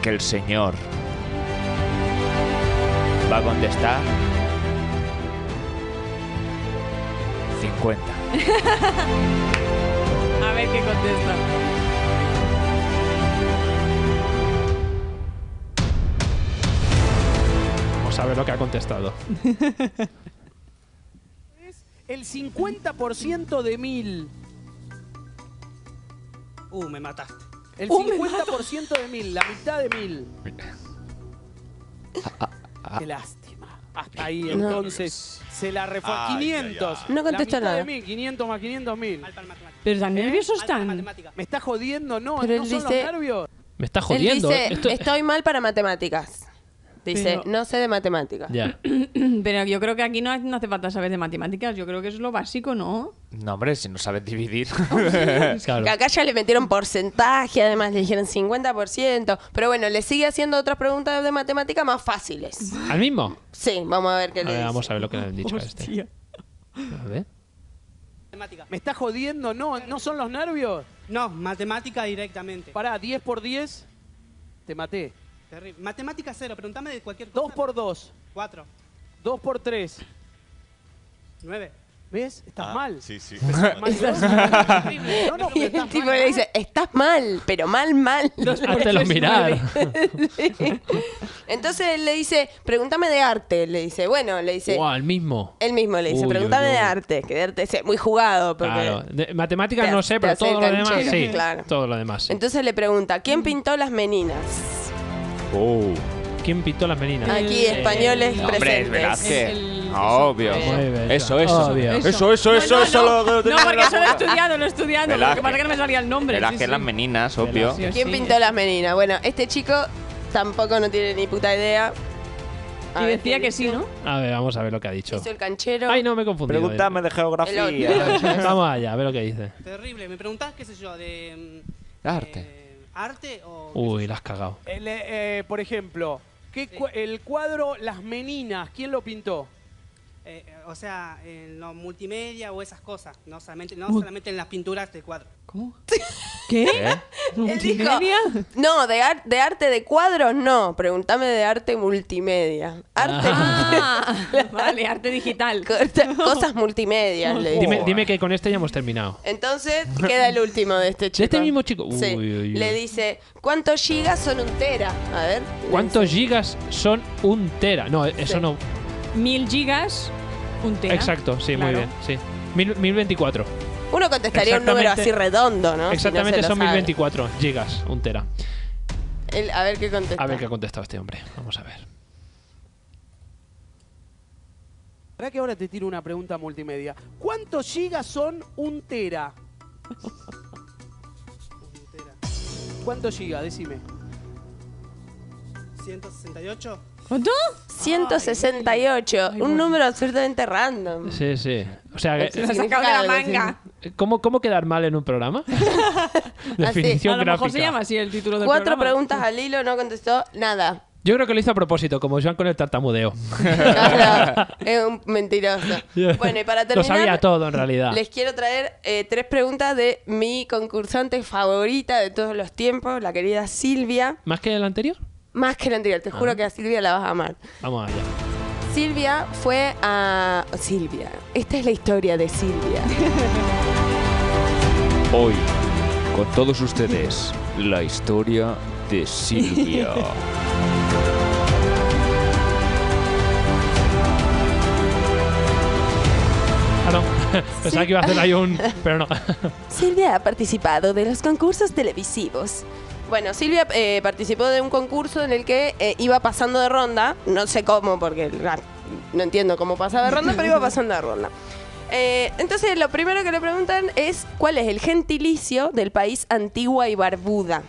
E: que el señor va a contestar 50.
C: A ver qué contesta.
A: Vamos a ver lo que ha contestado.
G: El 50% de 1000. Uh, me mataste. El
B: Uh,
G: 50% de 1000, la mitad de 1000. Qué lástima. Hasta ahí, entonces se la refue. 500.
B: No contesta
G: la mitad
B: nada.
G: de 1000, 500 más 500, 1000.
C: Pero tan nerviosos
B: Eh,
C: están.
G: Me está jodiendo, no,
B: Pero
G: no
B: él
G: son
B: dice-
G: los nervios.
A: Me está jodiendo. eh,
B: Él dice,
A: Esto-
B: estoy mal para matemáticas. Dice,
C: Pero-
B: no sé de matemáticas.
A: Ya.
C: Pero yo creo que aquí no, no hace falta saber de matemáticas. Yo creo que eso es lo básico, ¿no?
E: No, hombre, si no sabes dividir.
A: Claro.
B: Que Acá ya le metieron porcentaje, además le dijeron 50%. Pero bueno, le sigue haciendo otras preguntas de matemática más fáciles.
A: ¿Al mismo?
B: Sí, vamos a ver qué
A: A
B: le
A: ver,
B: dice.
A: vamos a ver lo que le han dicho a este.
C: Hostia.
A: A ver.
G: Me está jodiendo, no, no son los nervios.
K: No, matemática directamente.
G: Pará, 10 por 10, te maté.
K: Terrible. Matemática cero, preguntame de cualquier cosa.
G: 2 por 2,
K: Cuatro,
G: 2 por 3.
K: nueve.
G: ¿Ves? Estás mal.
L: sí.
G: No, no,
B: Y
G: pero
B: el
G: estás
B: tipo
G: mal. ¿eh?
B: le dice, estás mal, pero mal, mal.
A: Hátelo mirar.
B: Entonces él le dice, pregúntame de arte. Le dice, bueno, le dice,
A: Guau, al mismo.
B: él mismo le dice,
A: Uy,
B: pregúntame
A: uy, uy.
B: de arte. Que de arte es muy jugado. Porque...
A: Claro. De- matemáticas
B: Te
A: no
B: hace-
A: sé,
B: te
A: pero
B: hace
A: todo lo demás
B: canchero,
A: sí.
B: claro.
A: Todo lo demás sí.
B: Entonces le pregunta, ¿quién pintó las meninas?
A: ¿Quién pintó las meninas? Eh,
B: Aquí, españoles
E: No, hombre, es
B: presentes.
E: Velázquez.
C: Es el-
E: Ah, Obvio.
A: Muy bien,
E: Eso, eso.
A: obvio.
E: Eso, eso, eso,
C: No, no,
E: eso
C: no.
E: lo- lo tenía
C: No,
E: en
C: porque
E: la
C: eso lo he
E: boca.
C: estudiado, lo he estudiado. Lo
E: Velázquez.
C: que pasa es que no me salía el nombre.
E: Velázquez
C: sí, sí.
E: las meninas, obvio.
A: Velázquez.
B: ¿Quién
C: Sí.
B: pintó las meninas? Bueno, este chico tampoco no tiene ni puta idea. A
C: Y
B: ver
C: decía
B: qué
C: que
B: dice.
C: sí, ¿no?
A: A ver, vamos a ver lo que ha dicho.
B: Hizo el canchero.
A: Ay, no, me he confundido.
E: Pregúntame de
B: El otro, el
E: geografía.
B: otro.
A: Vamos allá, a ver lo que dice.
K: Terrible. Me preguntás, qué sé yo, de... mm,
E: Arte.
K: eh, ¿Arte o...? qué
A: Uy, la has cagado.
G: El, eh, eh, por ejemplo, ¿qué cua- el cuadro Las Meninas, ¿quién lo pintó?
K: eh, eh, o sea, en los multimedia o esas cosas, no solamente, no
C: Mul-
K: solamente en las pinturas de cuadro.
C: ¿Cómo? ¿Qué?
B: Él dijo, no, de, ar- de arte de cuadros no, pregúntame de arte multimedia. Arte
C: Ah. vale, arte digital.
B: Cosas multimedia, le dice.
A: Dime, dime que con este ya hemos terminado.
B: Entonces queda el último de este chico.
A: este mismo chico?
B: Sí.
A: Uy, uy, uy.
B: Le dice, ¿cuántos gigas son un tera? A ver.
A: ¿Cuántos gigas son un tera? No, eso no.
C: Mil gigas, un tera.
A: Exacto, sí,
C: Claro.
A: muy bien. Sí. Mil- 1024.
B: Uno contestaría un número
A: Exactamente-
B: así redondo, ¿no? Si no
A: Exactamente
B: se lo
A: son
B: sabe.
A: 1024 gigas, un tera.
B: Él- a ver qué contesta.
A: A ver qué ha contestado este hombre. Vamos a ver.
G: ¿Verdad que ahora te tiro una pregunta multimedia? ¿Cuántos gigas son un tera? ¿Cuántos gigas? Decime.
K: 168.
C: ¿Cuánto?
B: 168. un número absolutamente random.
A: Sí, sí. O sea,
B: Eso
A: eh,
B: significa algo,
A: ¿cómo, ¿cómo quedar mal en un programa? Definición
C: a lo
A: gráfica.
C: mejor se llama así el título
B: sí.
C: del
B: Cuatro
C: programa.
B: preguntas al hilo, no contestó nada.
A: Yo creo que lo hizo a propósito, como Joan con el tartamudeo.
B: Es un mentiroso. Bueno, y para
A: lo
B: terminar,
A: sabía todo en realidad.
B: les quiero traer eh, tres preguntas de mi concursante favorita de todos los tiempos, la querida Silvia.
A: ¿Más que el anterior?
B: Más que la anterior, te juro
A: Ah.
B: que a Silvia la vas a amar.
A: Vamos allá.
B: Silvia fue a. Silvia. Esta es la historia de Silvia.
E: Hoy, con todos ustedes, la historia de Silvia.
A: Ah, no. Pensaba que iba a hacer ahí un. Pero no.
B: Silvia ha participado de los concursos televisivos. Bueno, Silvia eh, participó de un concurso en el que eh, iba pasando de ronda, no sé cómo, porque ah, no entiendo cómo pasaba de ronda, pero iba pasando de ronda. Eh, entonces, lo primero que le preguntan es cuál es el gentilicio del país Antigua y Barbuda.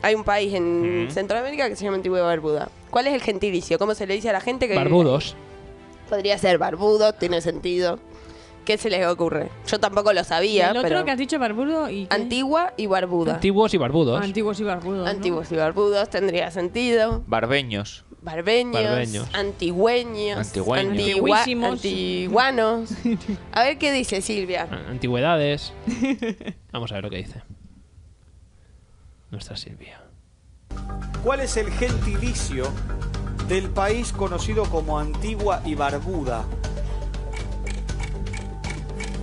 B: Hay un país en
A: Mm.
B: Centroamérica que se llama Antigua y Barbuda. ¿Cuál es el gentilicio? ¿Cómo se le dice a la gente que vive-
A: Barbudos.
B: Podría ser barbudo, tiene sentido. ¿Qué se les ocurre? Yo tampoco lo
C: Y
B: sabía,
C: el otro
B: pero
C: que has dicho barbudo y qué?
B: antigua y barbuda.
A: Antiguos y barbudos.
C: antiguos y barbudos. ¿no?
B: Antiguos y barbudos tendría sentido.
E: Barbeños.
B: Barbeños,
E: Barbeños.
B: antigüeños,
E: Antigüeños.
B: antigua-
C: Antiguísimos.
B: antiguanos. A ver qué dice Silvia.
A: Antigüedades. Vamos a ver lo que dice. Nuestra Silvia.
L: ¿Cuál es el gentilicio del país conocido como Antigua y Barbuda?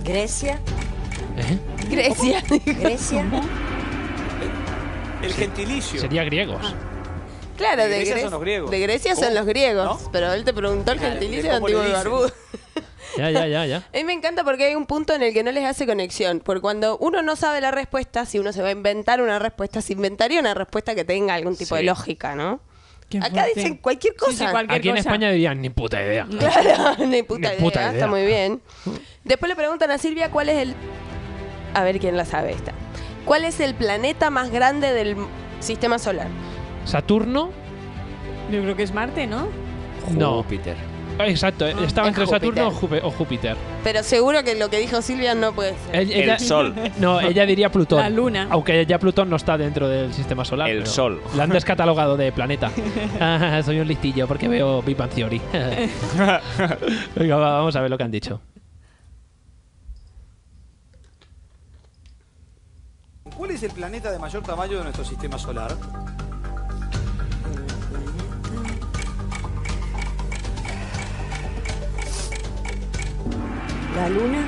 M: Grecia.
A: ¿Eh?
B: Grecia.
M: Grecia.
L: El gentilicio.
A: Sería griegos.
B: Claro,
L: De
B: de,
L: Grecia son
B: Gre-
L: los griegos.
B: De Grecia son
L: ¿Cómo?
B: los griegos. Pero él te preguntó el
L: Claro,
B: gentilicio
L: de
B: de
L: cómo le
B: antiguo y
L: dicen.
B: barbudo.
A: Ya, ya, ya, ya.
B: A mí me encanta porque hay un punto en el que no les hace conexión. Porque cuando uno no sabe la respuesta, si uno se va a inventar una respuesta, se inventaría una respuesta que tenga algún tipo de lógica, ¿no? Acá
A: fuerte.
B: dicen cualquier cosa.
A: Aquí en España dirían ni puta idea.
B: Claro, ni puta,
A: Ni
B: idea,
A: puta idea.
B: Está muy bien. Después le preguntan a Silvia cuál es el. A ver quién la sabe esta. ¿Cuál es el planeta más grande del sistema solar?
A: Saturno.
C: Yo creo que es Marte, ¿no?
A: No.
E: Júpiter.
A: Ah, Exacto, eh, estaba
B: Es
A: entre Saturno o Jupe- o Júpiter.
B: Pero seguro que lo que dijo Silvia no puede ser.
A: El, ella-
E: Sol.
A: No, ella diría Plutón.
B: La Luna.
A: Aunque ya Plutón no está dentro del sistema solar.
E: El
A: pero
E: Sol.
A: La han descatalogado de planeta. Ah, soy un listillo porque veo Big Bang Theory. Venga, va, vamos a ver lo que han dicho.
L: ¿Cuál es el planeta de mayor tamaño de nuestro sistema solar?
B: ¿La luna?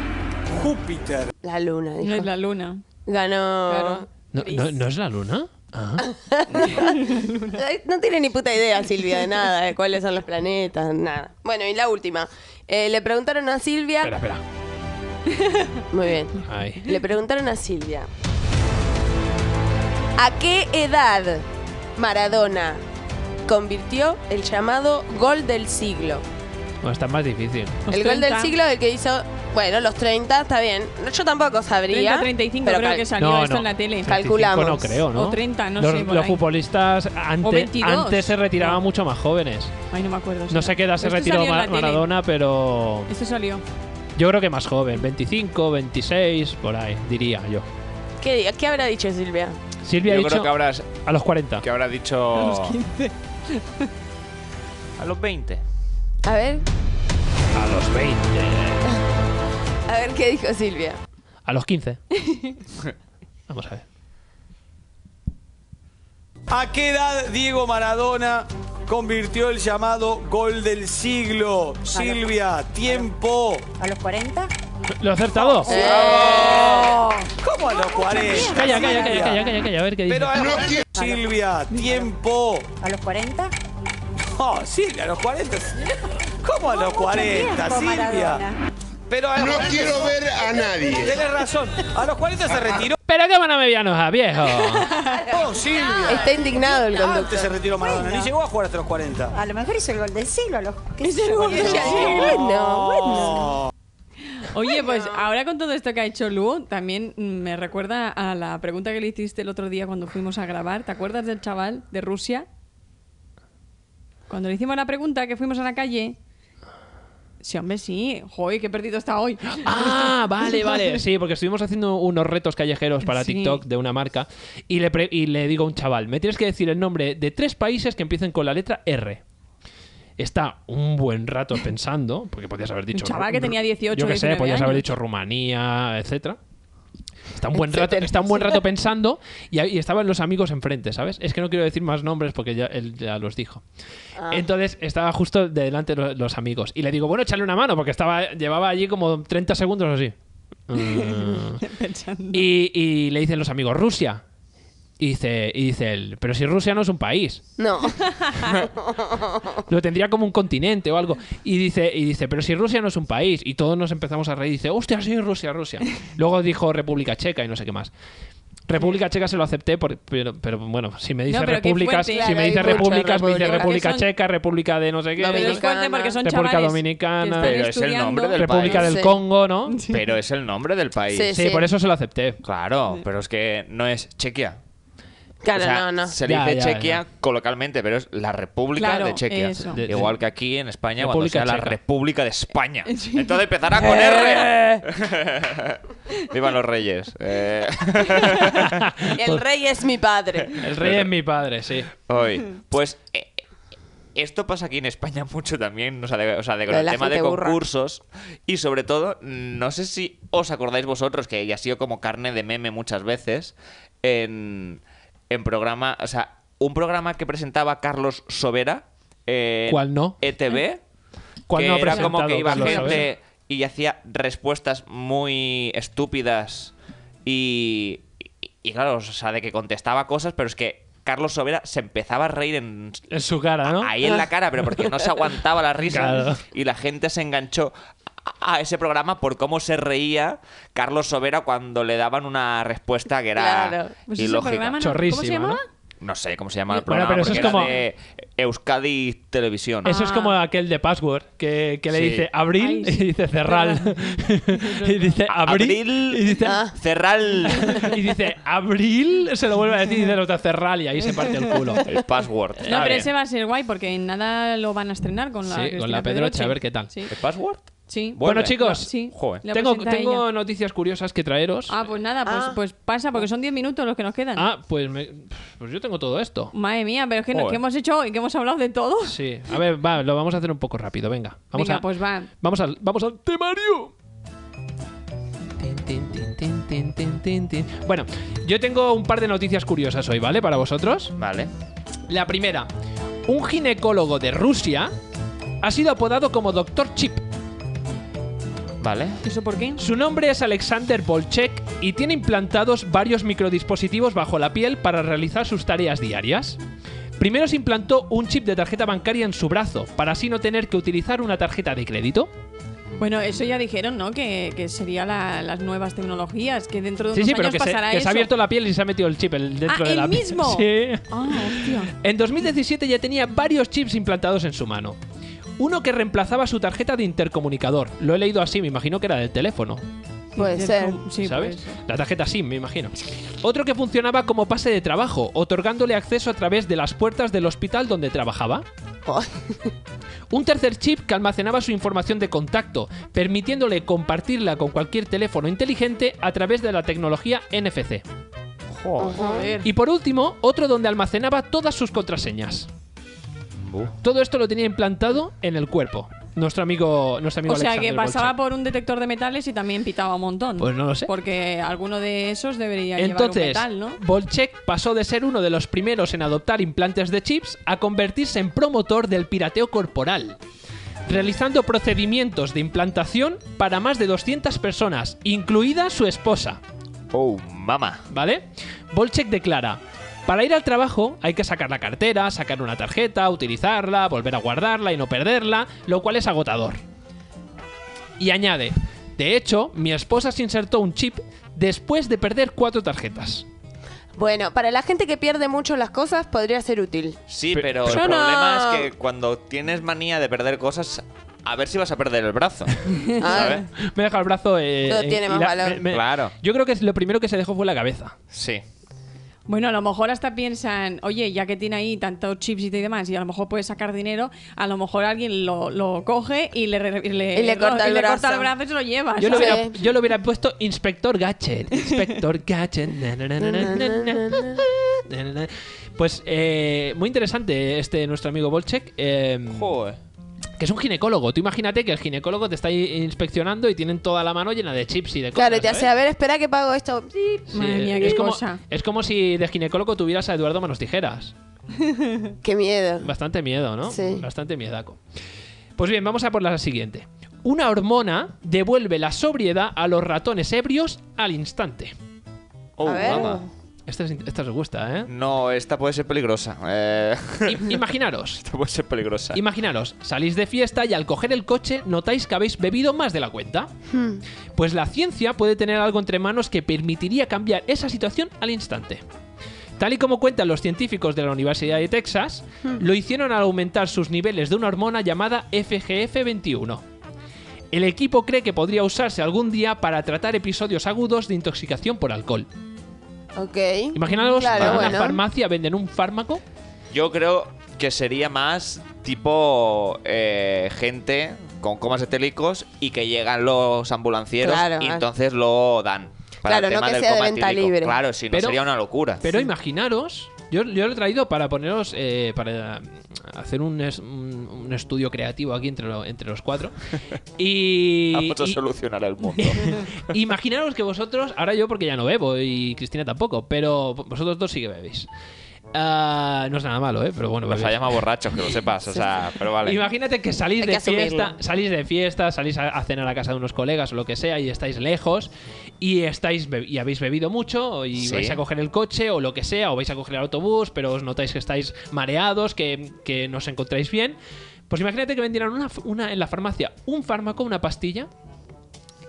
L: Júpiter.
B: La luna, dijo.
C: No es la luna.
B: Ganó.
C: Claro.
A: No, no- ¿no es la Luna? Ah.
B: Ay, No tiene ni puta idea, Silvia, de nada, de cuáles son los planetas, nada. Bueno, y la última. Eh, le preguntaron a Silvia.
A: Espera, espera.
B: Muy bien.
A: Ay.
B: Le preguntaron a Silvia. ¿A qué edad Maradona convirtió el llamado gol del siglo?
A: Bueno, está más difícil.
B: el gol del siglo del que hizo, bueno, los 30, está bien. No, Yo tampoco sabría.
C: 30, 35
B: pero
C: creo
B: cal-
C: que salió
A: No,
C: esto
A: no.
C: en la tele.
A: 35
B: Calculamos.
A: No creo, ¿no?
C: O 30, no
A: los,
C: sé, por
A: Los
C: ahí.
A: futbolistas
C: O
A: ante-
C: 22.
A: antes se retiraban mucho más jóvenes.
C: Ay, Pues no me acuerdo.
A: No sé qué edad se
C: Pero esto
A: retiró
C: salió en la
A: Ma-
C: tele.
A: Maradona, pero
C: Esto salió.
A: yo creo que más joven, 25, 26, por ahí, diría yo.
B: ¿Qué, qué habrá dicho Silvia?
A: Silvia ha
E: Yo
A: dicho
E: creo que habrás,
A: a los 40.
E: que habrás dicho...
C: A los 15.
E: A los 20.
B: A ver.
A: A los 20.
B: A ver qué dijo Silvia.
A: A los 15. Vamos a ver.
L: ¿A qué edad Diego Maradona convirtió el llamado gol del siglo? Silvia, tiempo.
M: ¿A los 40?
A: ¿Lo he acertado?
L: ¿Cómo a los 40?
A: Calla, calla, calla,
L: Silvia?
A: calla, calla, calla, a ver qué dice.
L: Pero a los 40, Silvia, tiempo.
M: ¿A los 40?
L: No, Silvia, a los 40. ¿Cómo a los 40,
M: tiempo,
L: Silvia?
M: Maradona.
L: Pero a los
F: No
L: 40
F: quiero
L: no.
F: ver a nadie.
L: Tienes razón. A los 40 se retiró.
A: Pero qué van a bebianos, viejo.
L: Oh, Silvia.
B: Está indignado Este el
L: Antes se
B: conductor.
L: retiró Maradona. Ni llegó a jugar hasta los 40.
M: A lo mejor hizo el gol del siglo. a Los...
B: Bueno, bueno.
C: Oye, pues ahora con todo esto que ha hecho Lu, también mm, me recuerda a la pregunta que le hiciste el otro día cuando fuimos a grabar. ¿Te acuerdas del chaval de Rusia? Cuando le hicimos la pregunta que fuimos a la calle. Sí, hombre, sí. Joder, qué perdido está hoy.
A: Ah, vale, vale. Sí, porque estuvimos haciendo unos retos callejeros para
C: Sí.
A: TikTok de una marca y le, pre- y le digo a un chaval, me tienes que decir el nombre de tres países que empiecen con la letra R. Está un buen rato pensando, porque podías haber dicho...
C: chaval que
A: Ru-
C: tenía 18,
A: Yo qué sé,
C: 19
A: podías haber
C: años.
A: dicho Rumanía, etcétera. Está un buen rato, está un buen rato pensando y, ahí- y estaban los amigos enfrente, ¿sabes? Es que no quiero decir más nombres porque ya, él ya los dijo.
C: Ah.
A: Entonces estaba justo de delante lo- los, amigos y le digo, bueno, échale una mano porque estaba llevaba allí como 30 segundos o así. Mm. y, y le dicen los amigos, Rusia. Y dice, y dice él, pero si Rusia no es un país.
B: No.
A: Lo tendría como un continente o algo. Y dice, y dice, pero si Rusia no es un país. Y todos nos empezamos a reír. Dice, hostia, sí, Rusia, Rusia. Luego dijo República Checa y no sé qué más. República Checa se lo acepté, por- pero, pero bueno, si me dice
C: No, pero qué
A: repúblicas,
C: fuerte.
A: si
C: Claro,
A: me dice
B: hay muchas
A: repúblicas, me dice
B: repúblicas.
A: República
C: Porque son-
A: Checa, República de no sé qué, no sé-
C: Pero es fuerte porque son
A: República
C: chavales que
A: Dominicana,
C: están
E: Pero es el
C: estudiando.
E: nombre del
A: República
E: país.
A: del
B: Sí.
A: Congo, ¿no?
E: Pero es el nombre del país.
B: Sí,
A: Sí, por eso se lo acepté.
E: Claro, pero es que no es Chequia.
B: Claro,
E: O sea,
B: no, no.
E: Se le
A: Ya,
E: dice
A: ya,
E: Chequia colocalmente, pero es la República
C: Claro,
E: de Chequia.
C: eso.
A: De-
E: Igual que aquí en España,
A: República
E: cuando sea
A: Checa.
E: la República de España. Entonces empezará con
B: Eh.
E: R. Viva los reyes. Eh,
B: El rey es mi padre.
A: El rey es mi padre, sí.
E: hoy. Pues eh, esto pasa aquí en España mucho también, o sea, de, o sea, de con
B: Lo de
E: el
B: la
E: tema de
B: gente burra.
E: concursos. Y sobre todo, no sé si os acordáis vosotros, que ya ha sido como carne de meme muchas veces, en, en programa, o sea, un programa que presentaba Carlos Sobera. eh,
A: ¿Cuál no? ¿Eh?
E: ETV.
A: ¿Cuál
E: que
A: no ha
E: era
A: presentado
E: como que iba
A: Carlos
E: gente
A: Sobera?
E: y hacía respuestas muy estúpidas y, y, y claro, o sea, de que contestaba cosas, pero es que Carlos Sobera se empezaba a reír en,
A: En su cara, ¿no?
E: ahí en la cara, pero porque no se aguantaba la risa
A: Claro.
E: y la gente se enganchó a a ese programa por cómo se reía Carlos Sobera cuando le daban una respuesta que era
B: Claro.
C: Pues ese
E: ilógica.
C: programa no-
A: Chorrísima,
C: ¿Cómo se llamaba?
A: ¿no?
E: No sé cómo se llama el
A: Bueno,
E: programa,
A: pero eso
E: porque
A: es
E: era
A: como-
E: de Euskadi Televisión.
A: Eso es como aquel de Password, que, que le
E: Sí.
A: dice abril
C: Ah. Ay, sí.
A: y dice cerral. y dice abril,
E: Abril. ah,
A: y dice...
E: Cerral
A: y dice, abril, se lo vuelve a decir y dice, lo está cerral y ahí se parte el culo.
E: el password.
C: No,
E: Está
C: pero
E: bien.
C: ese va a ser guay porque en nada lo van a estrenar con la
A: Sí, con
C: Cristina
A: la Pedroche, a ver qué tal.
C: Sí.
E: ¿El password?
C: sí.
A: Bueno,
E: Vuelve.
A: chicos,
C: Sí.
E: Joder.
C: La
A: tengo,
C: presenta
A: tengo
C: ella.
A: noticias curiosas que traeros.
C: Ah, pues nada, pues,
B: Ah.
C: pues pasa porque son 10 minutos los que nos quedan.
A: Ah, pues, me- pues yo tengo todo esto.
C: Madre mía, pero es que, no-
E: Joder.
C: que hemos hecho hoy, que hemos hablado de todo.
A: Sí, a ver, va, lo vamos a hacer un poco rápido, venga. Vamos
C: Venga,
A: a,
C: pues va.
A: Vamos al, vamos al temario. Bueno, yo tengo un par de noticias curiosas hoy, ¿vale? Para vosotros.
E: Vale.
A: La primera, un ginecólogo de Rusia ha sido apodado como Doctor Chip.
E: Vale.
C: ¿Eso por qué?
A: Su nombre es Alexander Bolchek y tiene implantados varios microdispositivos bajo la piel para realizar sus tareas diarias. Primero se implantó un chip de tarjeta bancaria en su brazo, para así no tener que utilizar una tarjeta de crédito.
C: Bueno, eso ya dijeron, ¿no? Que, que sería la- las nuevas tecnologías, que dentro de
A: Sí,
C: unos
A: sí, pero
C: años
A: que se,
C: pasará
A: que se
C: eso.
A: ha abierto la piel y se ha metido el chip el- dentro
C: Ah,
A: de
C: ¿el
A: la piel.
C: mismo?
A: Sí.
C: Ah, hostia.
A: En 2017 ya tenía varios chips implantados en su mano. Uno que reemplazaba su tarjeta de intercomunicador. Lo he leído así, me imagino que era del teléfono,
B: Puede ser.
C: Sí,
A: ¿sabes?
C: pues.
A: La tarjeta SIM, me imagino. Otro que funcionaba como pase de trabajo, otorgándole acceso a través de las puertas del hospital donde trabajaba. Un tercer chip que almacenaba su información de contacto, permitiéndole compartirla con cualquier teléfono inteligente a través de la tecnología NFC.
C: Joder.
A: Y por último, otro donde almacenaba todas sus contraseñas. Todo esto lo tenía implantado en el cuerpo. Nuestro amigo, nuestro amigo
C: O sea
A: Alexander
C: que pasaba
A: Bolchak.
C: por un detector de metales y también pitaba un montón.
A: Pues no lo sé.
C: Porque alguno de esos debería
A: Entonces,
C: llevar un metal, ¿no?
A: Bolchek pasó de ser uno de los primeros en adoptar implantes de chips a convertirse en promotor del pirateo corporal, realizando procedimientos de implantación para más de 200 personas, incluida su esposa.
E: Oh, mamá.
A: ¿Vale? Bolchek declara, para ir al trabajo hay que sacar la cartera, sacar una tarjeta, utilizarla, volver a guardarla y no perderla, lo cual es agotador. Y añade, de hecho, mi esposa se insertó un chip después de perder cuatro tarjetas.
B: Bueno, para la gente que pierde mucho las cosas, podría ser útil.
E: Sí, pero el
B: Yo no.
E: problema es que cuando tienes manía de perder cosas, a ver si vas a perder el brazo. ¿Sabes?
A: Me deja el brazo. eh,
B: No
A: eh,
B: tiene
A: y
B: más valor.
E: Claro.
A: Yo creo que lo primero que se dejó fue la cabeza.
E: Sí.
C: Bueno, a lo mejor hasta piensan, oye, ya que tiene ahí tantos chips y demás, y a lo mejor puede sacar dinero, a lo mejor alguien lo, lo coge y le, re- y le,
B: Y le corta el
C: y le corta
B: brazo.
C: el brazo y se lo
B: Ah,
C: lleva.
A: Yo lo,
C: ¿sabes?
A: hubiera, yo lo hubiera puesto Inspector Gadget. Inspector Gadget. na, na, na, na, na, na, na, na, na. Pues eh, muy interesante este nuestro amigo Bolchek. eh, Que es un ginecólogo. Tú imagínate que el ginecólogo te está ahí inspeccionando y tienen toda la mano llena de chips y de cosas. ¿eh?
B: Claro, y te
A: ¿sabes?
B: hace, a ver, espera que pago esto.
A: Sí, es como, es como si de ginecólogo tuvieras a Eduardo Manos Tijeras.
B: Qué miedo.
A: Bastante miedo, ¿no?
B: Sí.
A: Bastante miedaco. Pues bien, vamos a por la siguiente. Una hormona devuelve la sobriedad a los ratones ebrios al instante.
E: Oh, A ver. mamá.
A: Esta, es in- esta os gusta, ¿eh?
E: No, esta puede ser peligrosa. Eh,
A: I- imaginaros.
E: esta puede ser peligrosa.
A: Imaginaros, salís de fiesta y al coger el coche notáis que habéis bebido más de la cuenta.
B: Hmm.
A: Pues la ciencia puede tener algo entre manos que permitiría cambiar esa situación al instante. Tal y como cuentan los científicos de la Universidad de Texas,
B: Hmm.
A: lo hicieron al aumentar sus niveles de una hormona llamada FGF21. El equipo cree que podría usarse algún día para tratar episodios agudos de intoxicación por alcohol.
B: Ok.
A: Imaginaos
B: Claro,
A: en una
B: bueno.
A: farmacia venden un fármaco
E: Yo creo que sería más tipo eh, gente con comas etélicos y que llegan los ambulancieros
B: Claro,
E: y
B: ah.
E: entonces lo dan.
B: Claro, no que sea de venta
E: etílico.
B: libre.
E: Claro, si no
A: Pero-
E: sería una locura.
A: Pero imaginaros, yo, yo lo he traído para poneros, eh, para hacer un, es- un- un estudio creativo aquí entre, lo- entre los cuatro. Y,
E: Vamos a
A: y-
E: solucionar el mundo.
A: imaginaros que vosotros, ahora yo porque ya no bebo y Cristina tampoco, pero vosotros dos sí que bebéis. Ah, no es nada malo, ¿eh? Pero bueno,
E: Nos ha
A: bebéis.
E: llamado borrachos, que lo sepas. O sea, pero vale.
A: Imagínate que salís
B: Hay que
A: de fiesta,
B: asumirlo.
A: salís de fiesta, salís a, a cenar a casa de unos colegas o lo que sea y estáis lejos y estáis be- y habéis bebido mucho y
E: Sí.
A: vais a coger el coche o lo que sea o vais a coger el autobús, pero os notáis que estáis mareados, que, que no os encontráis bien. Pues imagínate que vendieran una, f- una- en la farmacia un fármaco, una pastilla,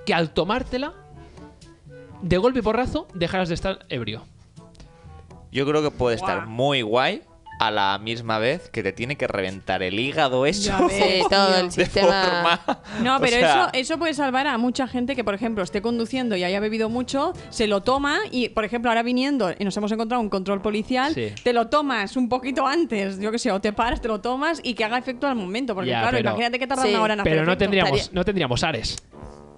A: que al tomártela, de golpe y porrazo, dejarás de estar ebrio.
E: Yo creo que puede estar muy guay a la misma vez que te tiene que reventar el hígado eso.
B: Sí, todo el
E: de
B: sistema.
E: forma-
C: No,
E: o
C: pero
E: sea,
C: eso, eso puede salvar a mucha gente que, por ejemplo, esté conduciendo y haya bebido mucho, se lo toma y, por ejemplo, ahora viniendo y nos hemos encontrado un control policial,
A: Sí.
C: te lo tomas un poquito antes, yo que sé, o te paras, te lo tomas y que haga efecto al momento. Porque,
A: Ya,
C: claro,
A: pero-
C: imagínate que tarda
B: Sí.
C: una hora en hacer
A: Pero no
C: efecto.
A: tendríamos, no tendríamos Ares.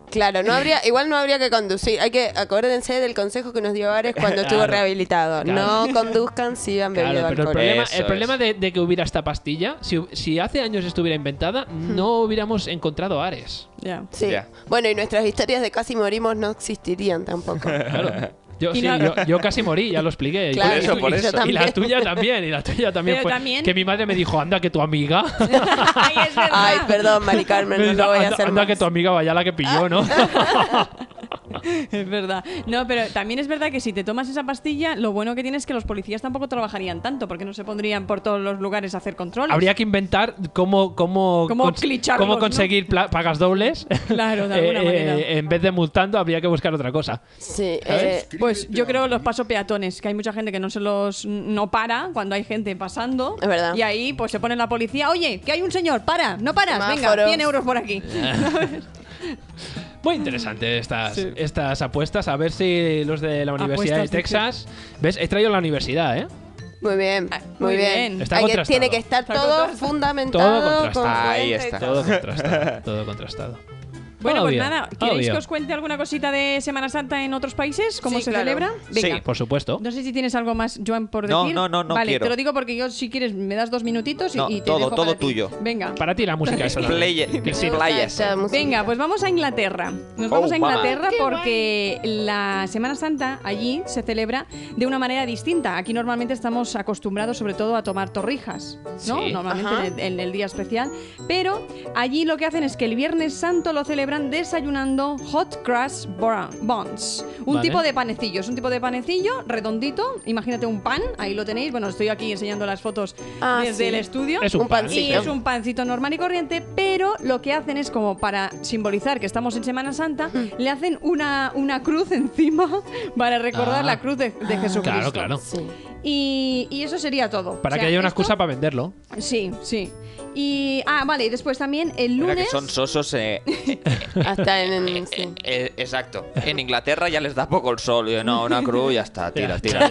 B: Claro, no habría, igual no habría que conducir. Hay que acuérdense del consejo que nos dio Ares cuando estuvo
A: Claro.
B: rehabilitado.
A: Claro.
B: No conduzcan si han bebido
A: Claro, pero el
B: alcohol. ¿eh?
A: problema,
E: Eso
A: el
E: es.
A: problema de, de que hubiera esta pastilla, si, si hace años estuviera inventada, no hubiéramos encontrado Ares.
C: Ya.
B: Sí.
E: Ya.
B: Bueno, y nuestras historias de casi morimos no existirían tampoco.
A: Claro. Yo,
C: Y
A: sí,
C: no-
A: yo, yo casi morí, ya lo expliqué. Y-
B: Claro,
A: y,
B: Por eso,
A: y-
E: por
A: y-
E: eso.
A: y la
B: también.
A: tuya también, y la tuya también
C: Pero
A: fue.
C: también-
A: Que mi madre me dijo, anda que tu amiga.
C: Ay, es verdad.
B: Ay, perdón, Mari Carmen, no lo voy a
A: anda,
B: hacer
A: anda
B: más.
A: que tu amiga vaya la que pilló, ¿no?
C: Es verdad. No, pero también es verdad que si te tomas esa pastilla, lo bueno que tienes es que los policías tampoco trabajarían tanto, porque no se pondrían por todos los lugares a hacer controles.
A: Habría que inventar cómo, cómo,
C: Cómo
A: cons-
C: clicharlos,
A: cómo
C: ¿no?
A: conseguir pla- pagas dobles.
C: Claro, de alguna
A: Eh, eh,
C: manera.
A: en vez de multando, habría que buscar otra cosa.
B: Sí,
A: ¿Sabes?
B: eh,
C: Pues yo creo los pasos peatones, que hay mucha gente que no se los no para cuando hay gente pasando.
B: Es verdad.
C: Y ahí pues se pone la policía, oye, que hay un señor, para, no paras, venga,
B: Semáforos.
C: 100 euros por aquí.
A: Muy interesante estas, estas apuestas. A ver si los de la Universidad
C: Apuestas,
A: de Texas. ¿Ves? He traído la universidad, ¿eh?
B: muy bien,
C: Ah,
B: muy
C: muy
B: bien.
C: bien.
A: Está
B: Hay que-
A: contrastado.
B: tiene que estar
C: Está
B: todo
C: contrastado.
B: fundamentado.
A: Todo contrastado.
E: Ahí
B: confluente y
E: está.
B: todo.
A: Todo contrastado. todo contrastado.
C: Bueno,
A: Obvio,
C: pues nada, ¿queréis
A: obvio.
C: que os cuente alguna cosita de Semana Santa en otros países? ¿Cómo
A: Sí,
C: se
A: claro.
C: celebra? Venga.
A: Sí, por supuesto.
C: No sé si tienes algo más, Joan, por
A: No,
C: decir.
A: no, no, no
C: Vale,
A: quiero.
C: te lo digo porque yo, si quieres, me das dos minutitos y,
A: No,
C: y te
A: todo,
C: dejo
A: todo
C: para ti.
A: tuyo.
C: Venga.
A: Para ti la música es
E: Playa- playas.
C: Venga, pues vamos a Inglaterra. Nos
E: Oh,
C: vamos a
E: mamá.
C: Inglaterra
E: Qué
C: porque la Semana Santa allí se celebra de una manera distinta. Aquí normalmente estamos acostumbrados sobre todo a tomar torrijas, ¿no?
D: Sí. Ajá.
C: Normalmente en el, en el día especial. Pero allí lo que hacen es que el Viernes Santo lo celebran desayunando hot crush bra- buns. Un
D: Vale.
C: tipo de panecillo, es un tipo de panecillo redondito. Imagínate un pan, ahí lo tenéis. Bueno, estoy aquí enseñando las fotos
B: Ah,
C: desde
B: sí.
C: el estudio.
B: Es un Un pan,
C: Y
B: pancito.
C: es un pancito normal y corriente, pero lo que hacen es como para simbolizar que estamos en Semana Santa, le hacen una, una cruz encima para recordar
A: Ah.
C: la cruz de, de Jesucristo.
A: Claro, claro.
C: Y, y eso sería todo.
A: Para
C: O sea,
A: que haya una
C: esto-
A: excusa para venderlo.
C: Sí, sí. Y, ah, vale, y después también el
E: Mira
C: lunes...
E: que son sosos. eh,
B: Hasta en...
E: eh, eh, exacto. En Inglaterra ya les da poco el sol. Y yo, no, una cruz y ya está. Tira, tira.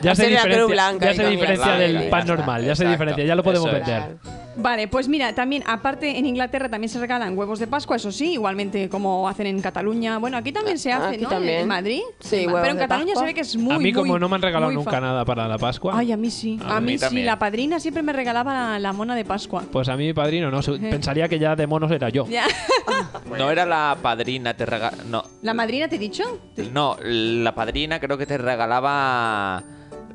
A: Ya se
B: Hacer la cruz
A: diferencia,
B: blanca
A: ya
B: y
A: se
B: con
A: diferencia
E: blanca.
A: del
E: Blanca,
A: pan
E: ya está,
A: normal, ya se
E: exacto.
A: diferencia, ya lo podemos
E: Eso es.
A: vender.
C: Vale, pues mira, también, aparte en Inglaterra también se regalan huevos de Pascua, eso sí, igualmente como hacen en Cataluña. Bueno, aquí también
A: Ah,
C: se hace,
B: aquí
C: ¿no?
B: también.
C: En Madrid.
B: Sí,
C: Pero
B: huevos
C: en
B: de
C: Cataluña
B: Pascua.
C: se ve que es muy
A: a mí, como
C: muy-
A: no me han regalado
C: muy
A: nunca
C: fa-
A: nada para la Pascua,
C: Ay, a mí sí.
A: A
C: A,
A: mí
C: mí, sí,
A: también.
C: la padrina siempre me regalaba la mona de Pascua.
A: pues a mí mi padrino no, su-
C: Eh.
A: pensaría que ya de monos era yo.
C: Ya.
E: No era la padrina, te rega- No,
C: ¿La madrina te he dicho?
E: no, la padrina creo que te regalaba.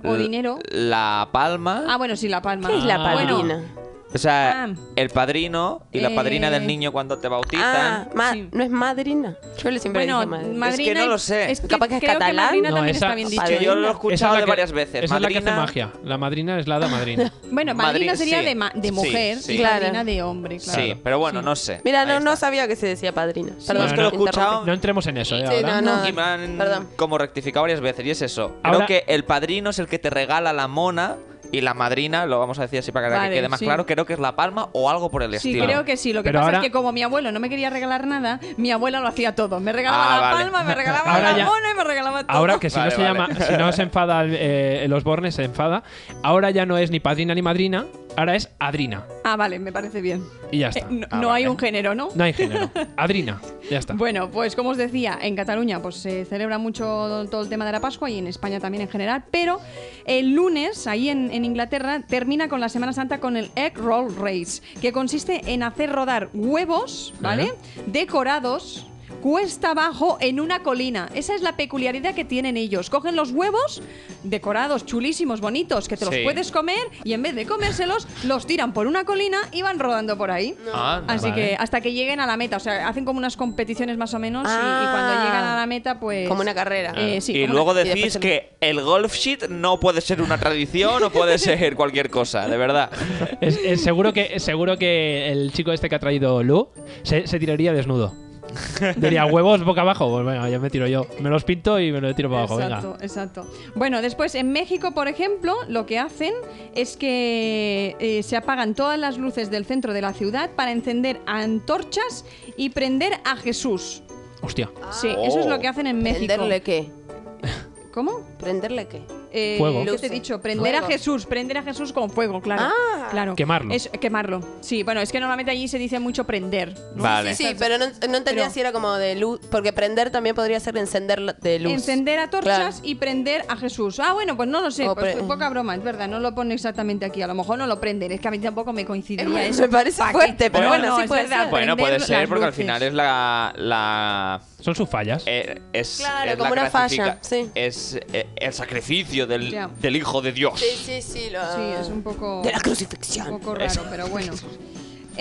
C: ¿O
E: l-
C: dinero?
E: La palma.
C: Ah, bueno, sí, la palma.
B: ¿Qué es la
C: Ah. Bueno,
B: padrina?
E: O sea,
C: Ah.
E: el padrino y la padrina
B: Eh.
E: del niño cuando te
B: Ah,
E: bautizan.
B: ma- ¿no es madrina? Yo le siempre
C: Bueno,
B: dije madrina.
C: madrina
E: Es que no lo sé.
C: es que
B: Capaz que es
C: creo que
B: catalán.
C: madrina también está bien dicho. ¿eh?
E: que yo lo he escuchado
A: Esa es la
E: de
A: que-
E: varias veces.
A: Esa es la que hace
E: Madrina-
A: magia. La madrina es la hada madrina.
C: Bueno,
E: Madrina,
C: madrina sería
E: sí.
C: de, ma- de
E: Sí,
C: mujer
E: sí.
C: y
E: Claro.
C: padrina de hombre, claro.
E: Sí, pero bueno, no sé.
B: Mira, no, no sabía que se decía padrina. Perdón,
E: es que lo he
B: interrumpí.
E: escuchado.
A: No entremos en eso, ¿eh?
B: Sí,
A: Ahora.
B: no, no.
E: Y me han
B: Perdón.
E: como rectificado varias veces, y es eso. Creo
A: Ahora-
E: que el padrino es el que te regala la mona y la madrina, lo vamos a decir así para que
C: Vale,
E: quede más
C: sí.
E: claro, creo que es la palma o algo por el
C: Sí,
E: estilo.
C: creo que sí. Lo que
E: Pero
C: pasa
E: ahora-
C: es que como mi abuelo no me quería regalar nada, mi abuela lo hacía todo. Me regalaba
E: Ah,
C: la
E: vale.
C: palma, me regalaba
A: Ahora
C: la
A: ya-
C: mona y me regalaba todo.
A: Ahora que si
E: Vale,
A: no se
E: vale.
A: llama, si no se enfada el- eh, los bornes, se enfada. Ahora ya no es ni padrina ni madrina, ahora es adrina.
C: Ah, vale, me parece bien.
A: Y ya está.
C: Eh, no
E: Ah,
C: no hay un género, ¿no?
A: No hay género. Adrina, ya está.
C: Bueno, pues como os decía, en Cataluña pues se celebra mucho todo el tema de la Pascua y en España también en general, pero el lunes, ahí en, en Inglaterra, termina con la Semana Santa con el Egg Roll Race, que consiste en hacer rodar huevos, ¿vale?
D: Ajá.
C: Decorados cuesta abajo en una colina. Esa es la peculiaridad que tienen ellos. Cogen los huevos decorados, chulísimos, bonitos, que te los
D: Sí.
C: puedes comer y en vez de comérselos, los tiran por una colina y van rodando por ahí.
A: Ah,
D: Anda.
C: Así
D: Vale.
C: que hasta que lleguen a la meta. O sea, hacen como unas competiciones más o menos y- y,
B: Ah.
C: cuando llegan a la meta, pues.
B: Como una carrera.
C: Eh, sí,
E: y
C: como
E: luego
C: una-
E: decís que el golf shit no puede ser una tradición o puede ser cualquier cosa, de verdad.
A: Es- es seguro, que, seguro que el chico este que ha traído Lu se, se tiraría desnudo. Diría, huevos boca abajo. Pues venga, ya me tiro yo. Me los pinto y me los tiro para abajo.
C: Exacto,
A: Venga.
C: exacto. Bueno, después en México, por ejemplo, lo que hacen es que eh, se apagan todas las luces del centro de la ciudad para encender antorchas y prender a Jesús.
A: Hostia.
C: Sí, eso es lo que hacen en México.
B: ¿Prenderle qué?
C: ¿Cómo?
B: ¿Prenderle qué?
C: Eh,
A: Fuego.
C: ¿Qué te he dicho? Prender
B: Fuego. Ah.
C: a Jesús, prender a Jesús con fuego, claro. claro.
A: Quemarlo.
C: Es- quemarlo. Sí, bueno, es que normalmente allí se dice mucho prender. ¿no?
A: Vale.
B: Sí, sí, pero no, no entendía
C: Pero-
B: si era como de luz, porque prender también podría ser encender la- de luz.
C: Encender
B: Claro.
C: antorchas y prender a Jesús. Ah, bueno, pues no lo sé.
B: O
C: Pues,
B: pre-
C: poca broma, es verdad. No lo pone exactamente aquí. A lo mejor no lo prenden. Es que a mí tampoco me coincidía
B: Eh,
C: eso.
B: me parece
C: ¿Pa' qué?
B: fuerte, pero
C: No,
B: bueno,
C: no,
B: sí
C: es
B: puede
C: verdad,
B: ser.
E: Bueno,
C: prender
E: puede ser,
C: las
E: porque al
C: luces.
E: final es la. la-
A: Son sus fallas.
E: eh, es,
B: Claro,
E: es la
B: como una
E: gracifica-
B: falla, sí.
E: Es eh, el sacrificio del,
C: Ya.
E: del Hijo de Dios.
B: Sí, sí, sí. Lo...
C: Sí, es un poco.
B: De la crucifixión.
C: Un poco raro, pero bueno.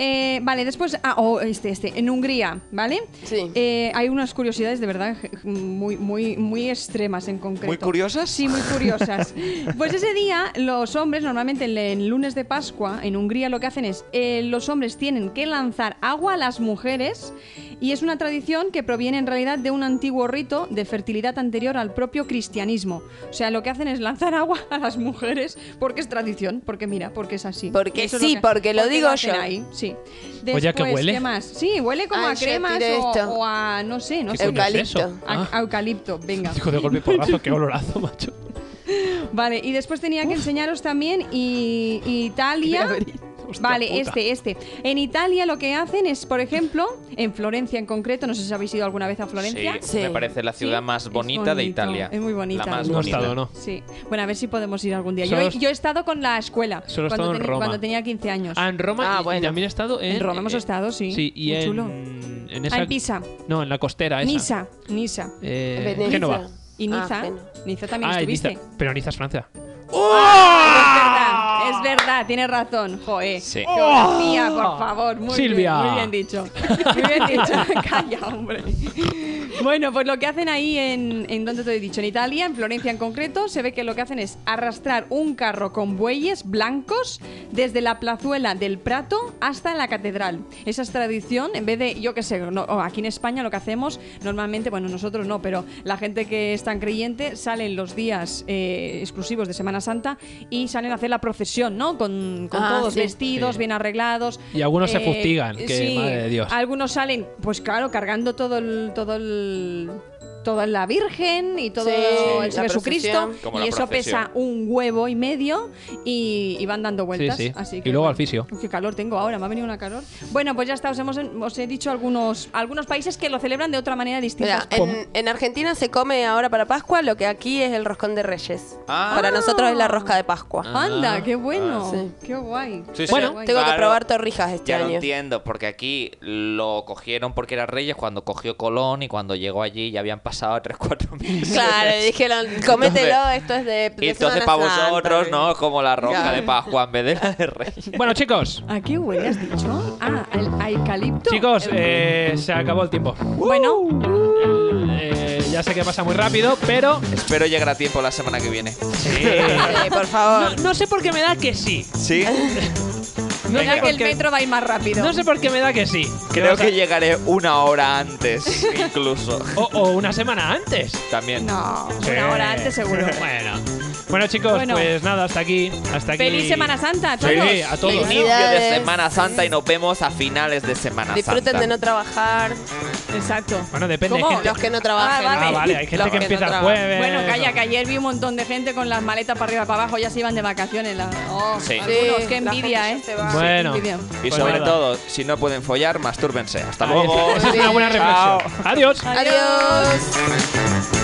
C: Eh, vale, después. Ah, oh, este, este. En Hungría, ¿vale? Eh,
B: Sí.
C: hay unas curiosidades de verdad je- muy, muy, muy extremas en concreto.
E: ¿Muy curiosas?
C: Sí, muy curiosas. pues ese día, los hombres, normalmente el, el lunes de Pascua, en Hungría lo que hacen es. eh, los hombres tienen que lanzar agua a las mujeres. Y es una tradición que proviene en realidad de un antiguo rito de fertilidad anterior al propio cristianismo. O sea, lo que hacen es lanzar agua a las mujeres porque es tradición, porque mira, porque es así.
B: Porque
C: Eso es
B: sí,
C: que-
B: porque lo digo
C: hacen
B: yo.
C: ahí, sí.
A: Oye, ¿a qué
C: Después,
A: huele?
C: ¿qué más? Sí, huele como
B: Ay,
C: a
B: yo
C: cremas
B: tiré
C: o,
B: esto.
C: o a, no sé, no
A: ¿Qué
C: sé.
A: coño es Eucalipto. eso?
C: A-
A: Ah.
C: a eucalipto, venga.
A: Hijo de golpe y porrazo, qué olorazo, macho.
C: Vale, y después tenía que enseñaros también y, y Italia. Vale,
A: puta.
C: este, este. En Italia lo que hacen es, por ejemplo, en Florencia en concreto, no sé si habéis ido alguna vez a Florencia.
E: Sí, me parece la ciudad más bonita de
C: bonito,
E: Italia.
C: Es muy bonita.
E: La más
A: No he
E: bonita.
A: estado, no.
C: Sí. Bueno, a ver si podemos ir algún día. Yo,
A: Solo
C: he-
A: es-
C: yo he estado con la escuela
A: Solo he
C: cuando,
A: estado en
C: teni-
A: Roma.
C: cuando tenía 15 años.
A: Ah, en Roma y- y también he estado en.
C: En Roma hemos
A: eh,
C: estado, sí.
A: Sí, y
C: Muy
A: en.
C: chulo.
A: En,
C: Ah,
A: esa,
C: en Pisa.
A: No, en la costera esa.
C: Nisa, Nisa.
A: Eh, Venecia. Génova.
C: Y
B: Ah,
C: Niza.
B: Génova.
C: Niza también
A: Ah, en
C: estuviste.
A: Niza. Pero Niza es Francia.
C: Ah, Es verdad, es verdad, tienes razón. Joe.
A: Sí. ¡Ah!
C: Geografía, por favor. Muy
A: Silvia.
C: Bien, muy bien dicho. Muy bien dicho. Calla, hombre. Bueno, pues lo que hacen ahí en, en donde te he dicho, en Italia, en Florencia en concreto, se ve que lo que hacen es arrastrar un carro con bueyes blancos desde la plazuela del Prato hasta la catedral. Esa es tradición, en vez de, yo qué sé, no- o aquí en España lo que hacemos normalmente, bueno, nosotros no, pero la gente que es tan creyente salen los días eh, exclusivos de Semana Santa y salen a hacer la procesión, ¿no? Con, con
A: Ah,
C: todos
A: sí.
C: vestidos,
A: Sí.
C: bien arreglados.
A: Y algunos se fustigan, que
C: Eh, sí,
A: madre de Dios.
C: algunos salen, pues claro, cargando todo el, todo el, toda la Virgen y todo
B: Sí,
C: el
B: la
C: Jesucristo.
B: procesión.
A: Como
C: Y
A: la
C: eso
A: procesión.
C: pesa un huevo y medio y, y van dando
A: Sí,
C: vueltas.
A: sí.
C: Así que,
A: Y luego
C: bueno.
A: al fisio.
C: Qué calor tengo ahora, me ha venido una calor. Bueno, pues ya está, os, hemos, os he dicho algunos, algunos países que lo celebran de otra manera distinta.
B: Mira, en, en Argentina se come ahora para Pascua lo que aquí es el roscón de Reyes.
E: Ah.
B: Para nosotros es la rosca de Pascua.
C: Anda, qué bueno,
B: Ah, Sí.
C: qué guay.
E: Sí, sí.
B: Bueno, tengo que
E: Claro.
B: probar torrijas este
E: Ya lo
B: año.
E: entiendo, porque aquí lo cogieron porque era Reyes cuando cogió Colón y cuando llegó allí ya habían pasado 3, 4 meses.
B: Claro, y dije, lo- comételo,
E: Entonces-
B: esto es de, de
E: Y entonces
B: Semana
E: para
B: Santa,
E: vosotros,
B: ¿eh?
E: ¿no? Es como la rosca
B: Claro.
E: de Pascua en vez de la de Reyes.
A: Bueno, chicos.
C: ¿A Ah, qué huele has dicho? Ah, al, a eucalipto.
A: Chicos, eh, se acabó el tiempo.
C: Bueno.
A: Eh, ya sé que pasa muy rápido, pero. eh,
E: Espero llegar a tiempo la semana que viene.
B: Sí, por favor.
A: No, no sé por qué me da que sí.
E: ¿Sí?
A: No
C: Mira
A: sé,
C: que
A: por
C: el
A: qué,
C: metro va a ir más rápido.
A: no sé por qué me da que sí.
E: Creo que llegaré una hora antes, incluso.
A: O, o una semana antes.
E: También.
C: No,
A: Sí.
C: una hora antes seguro.
A: bueno. Bueno, chicos,
C: Bueno.
A: pues nada, hasta aquí. Hasta aquí.
C: Feliz Semana Santa, a
A: Sí,
C: todos.
A: a todos.
E: Inicio de Semana Santa y nos vemos a finales de Semana Ah, Santa.
B: Disfruten de no trabajar.
C: Exacto.
A: Bueno, depende. hay
B: ¿Cómo?
A: gente-
B: Los que no trabajan.
C: Ah,
A: Ah, vale, hay gente
B: Los
A: que
B: no
A: empieza el
B: trabajan.
A: jueves.
C: Bueno, calla, que ayer vi un montón de gente con las maletas para arriba y para abajo, ya se iban de vacaciones. la- Oh,
E: Sí.
C: algunos,
B: Sí,
C: qué
B: la
C: envidia, ¿eh?
B: gente ya se va.
A: Bueno.
C: Qué envidia.
E: Y
A: Pues
E: sobre
A: nada.
E: todo, si no pueden follar, mastúrbense. Hasta
A: Ahí está.
E: luego.
A: Esa es una buena
E: Chao.
A: reflexión. Adiós.
B: Adiós.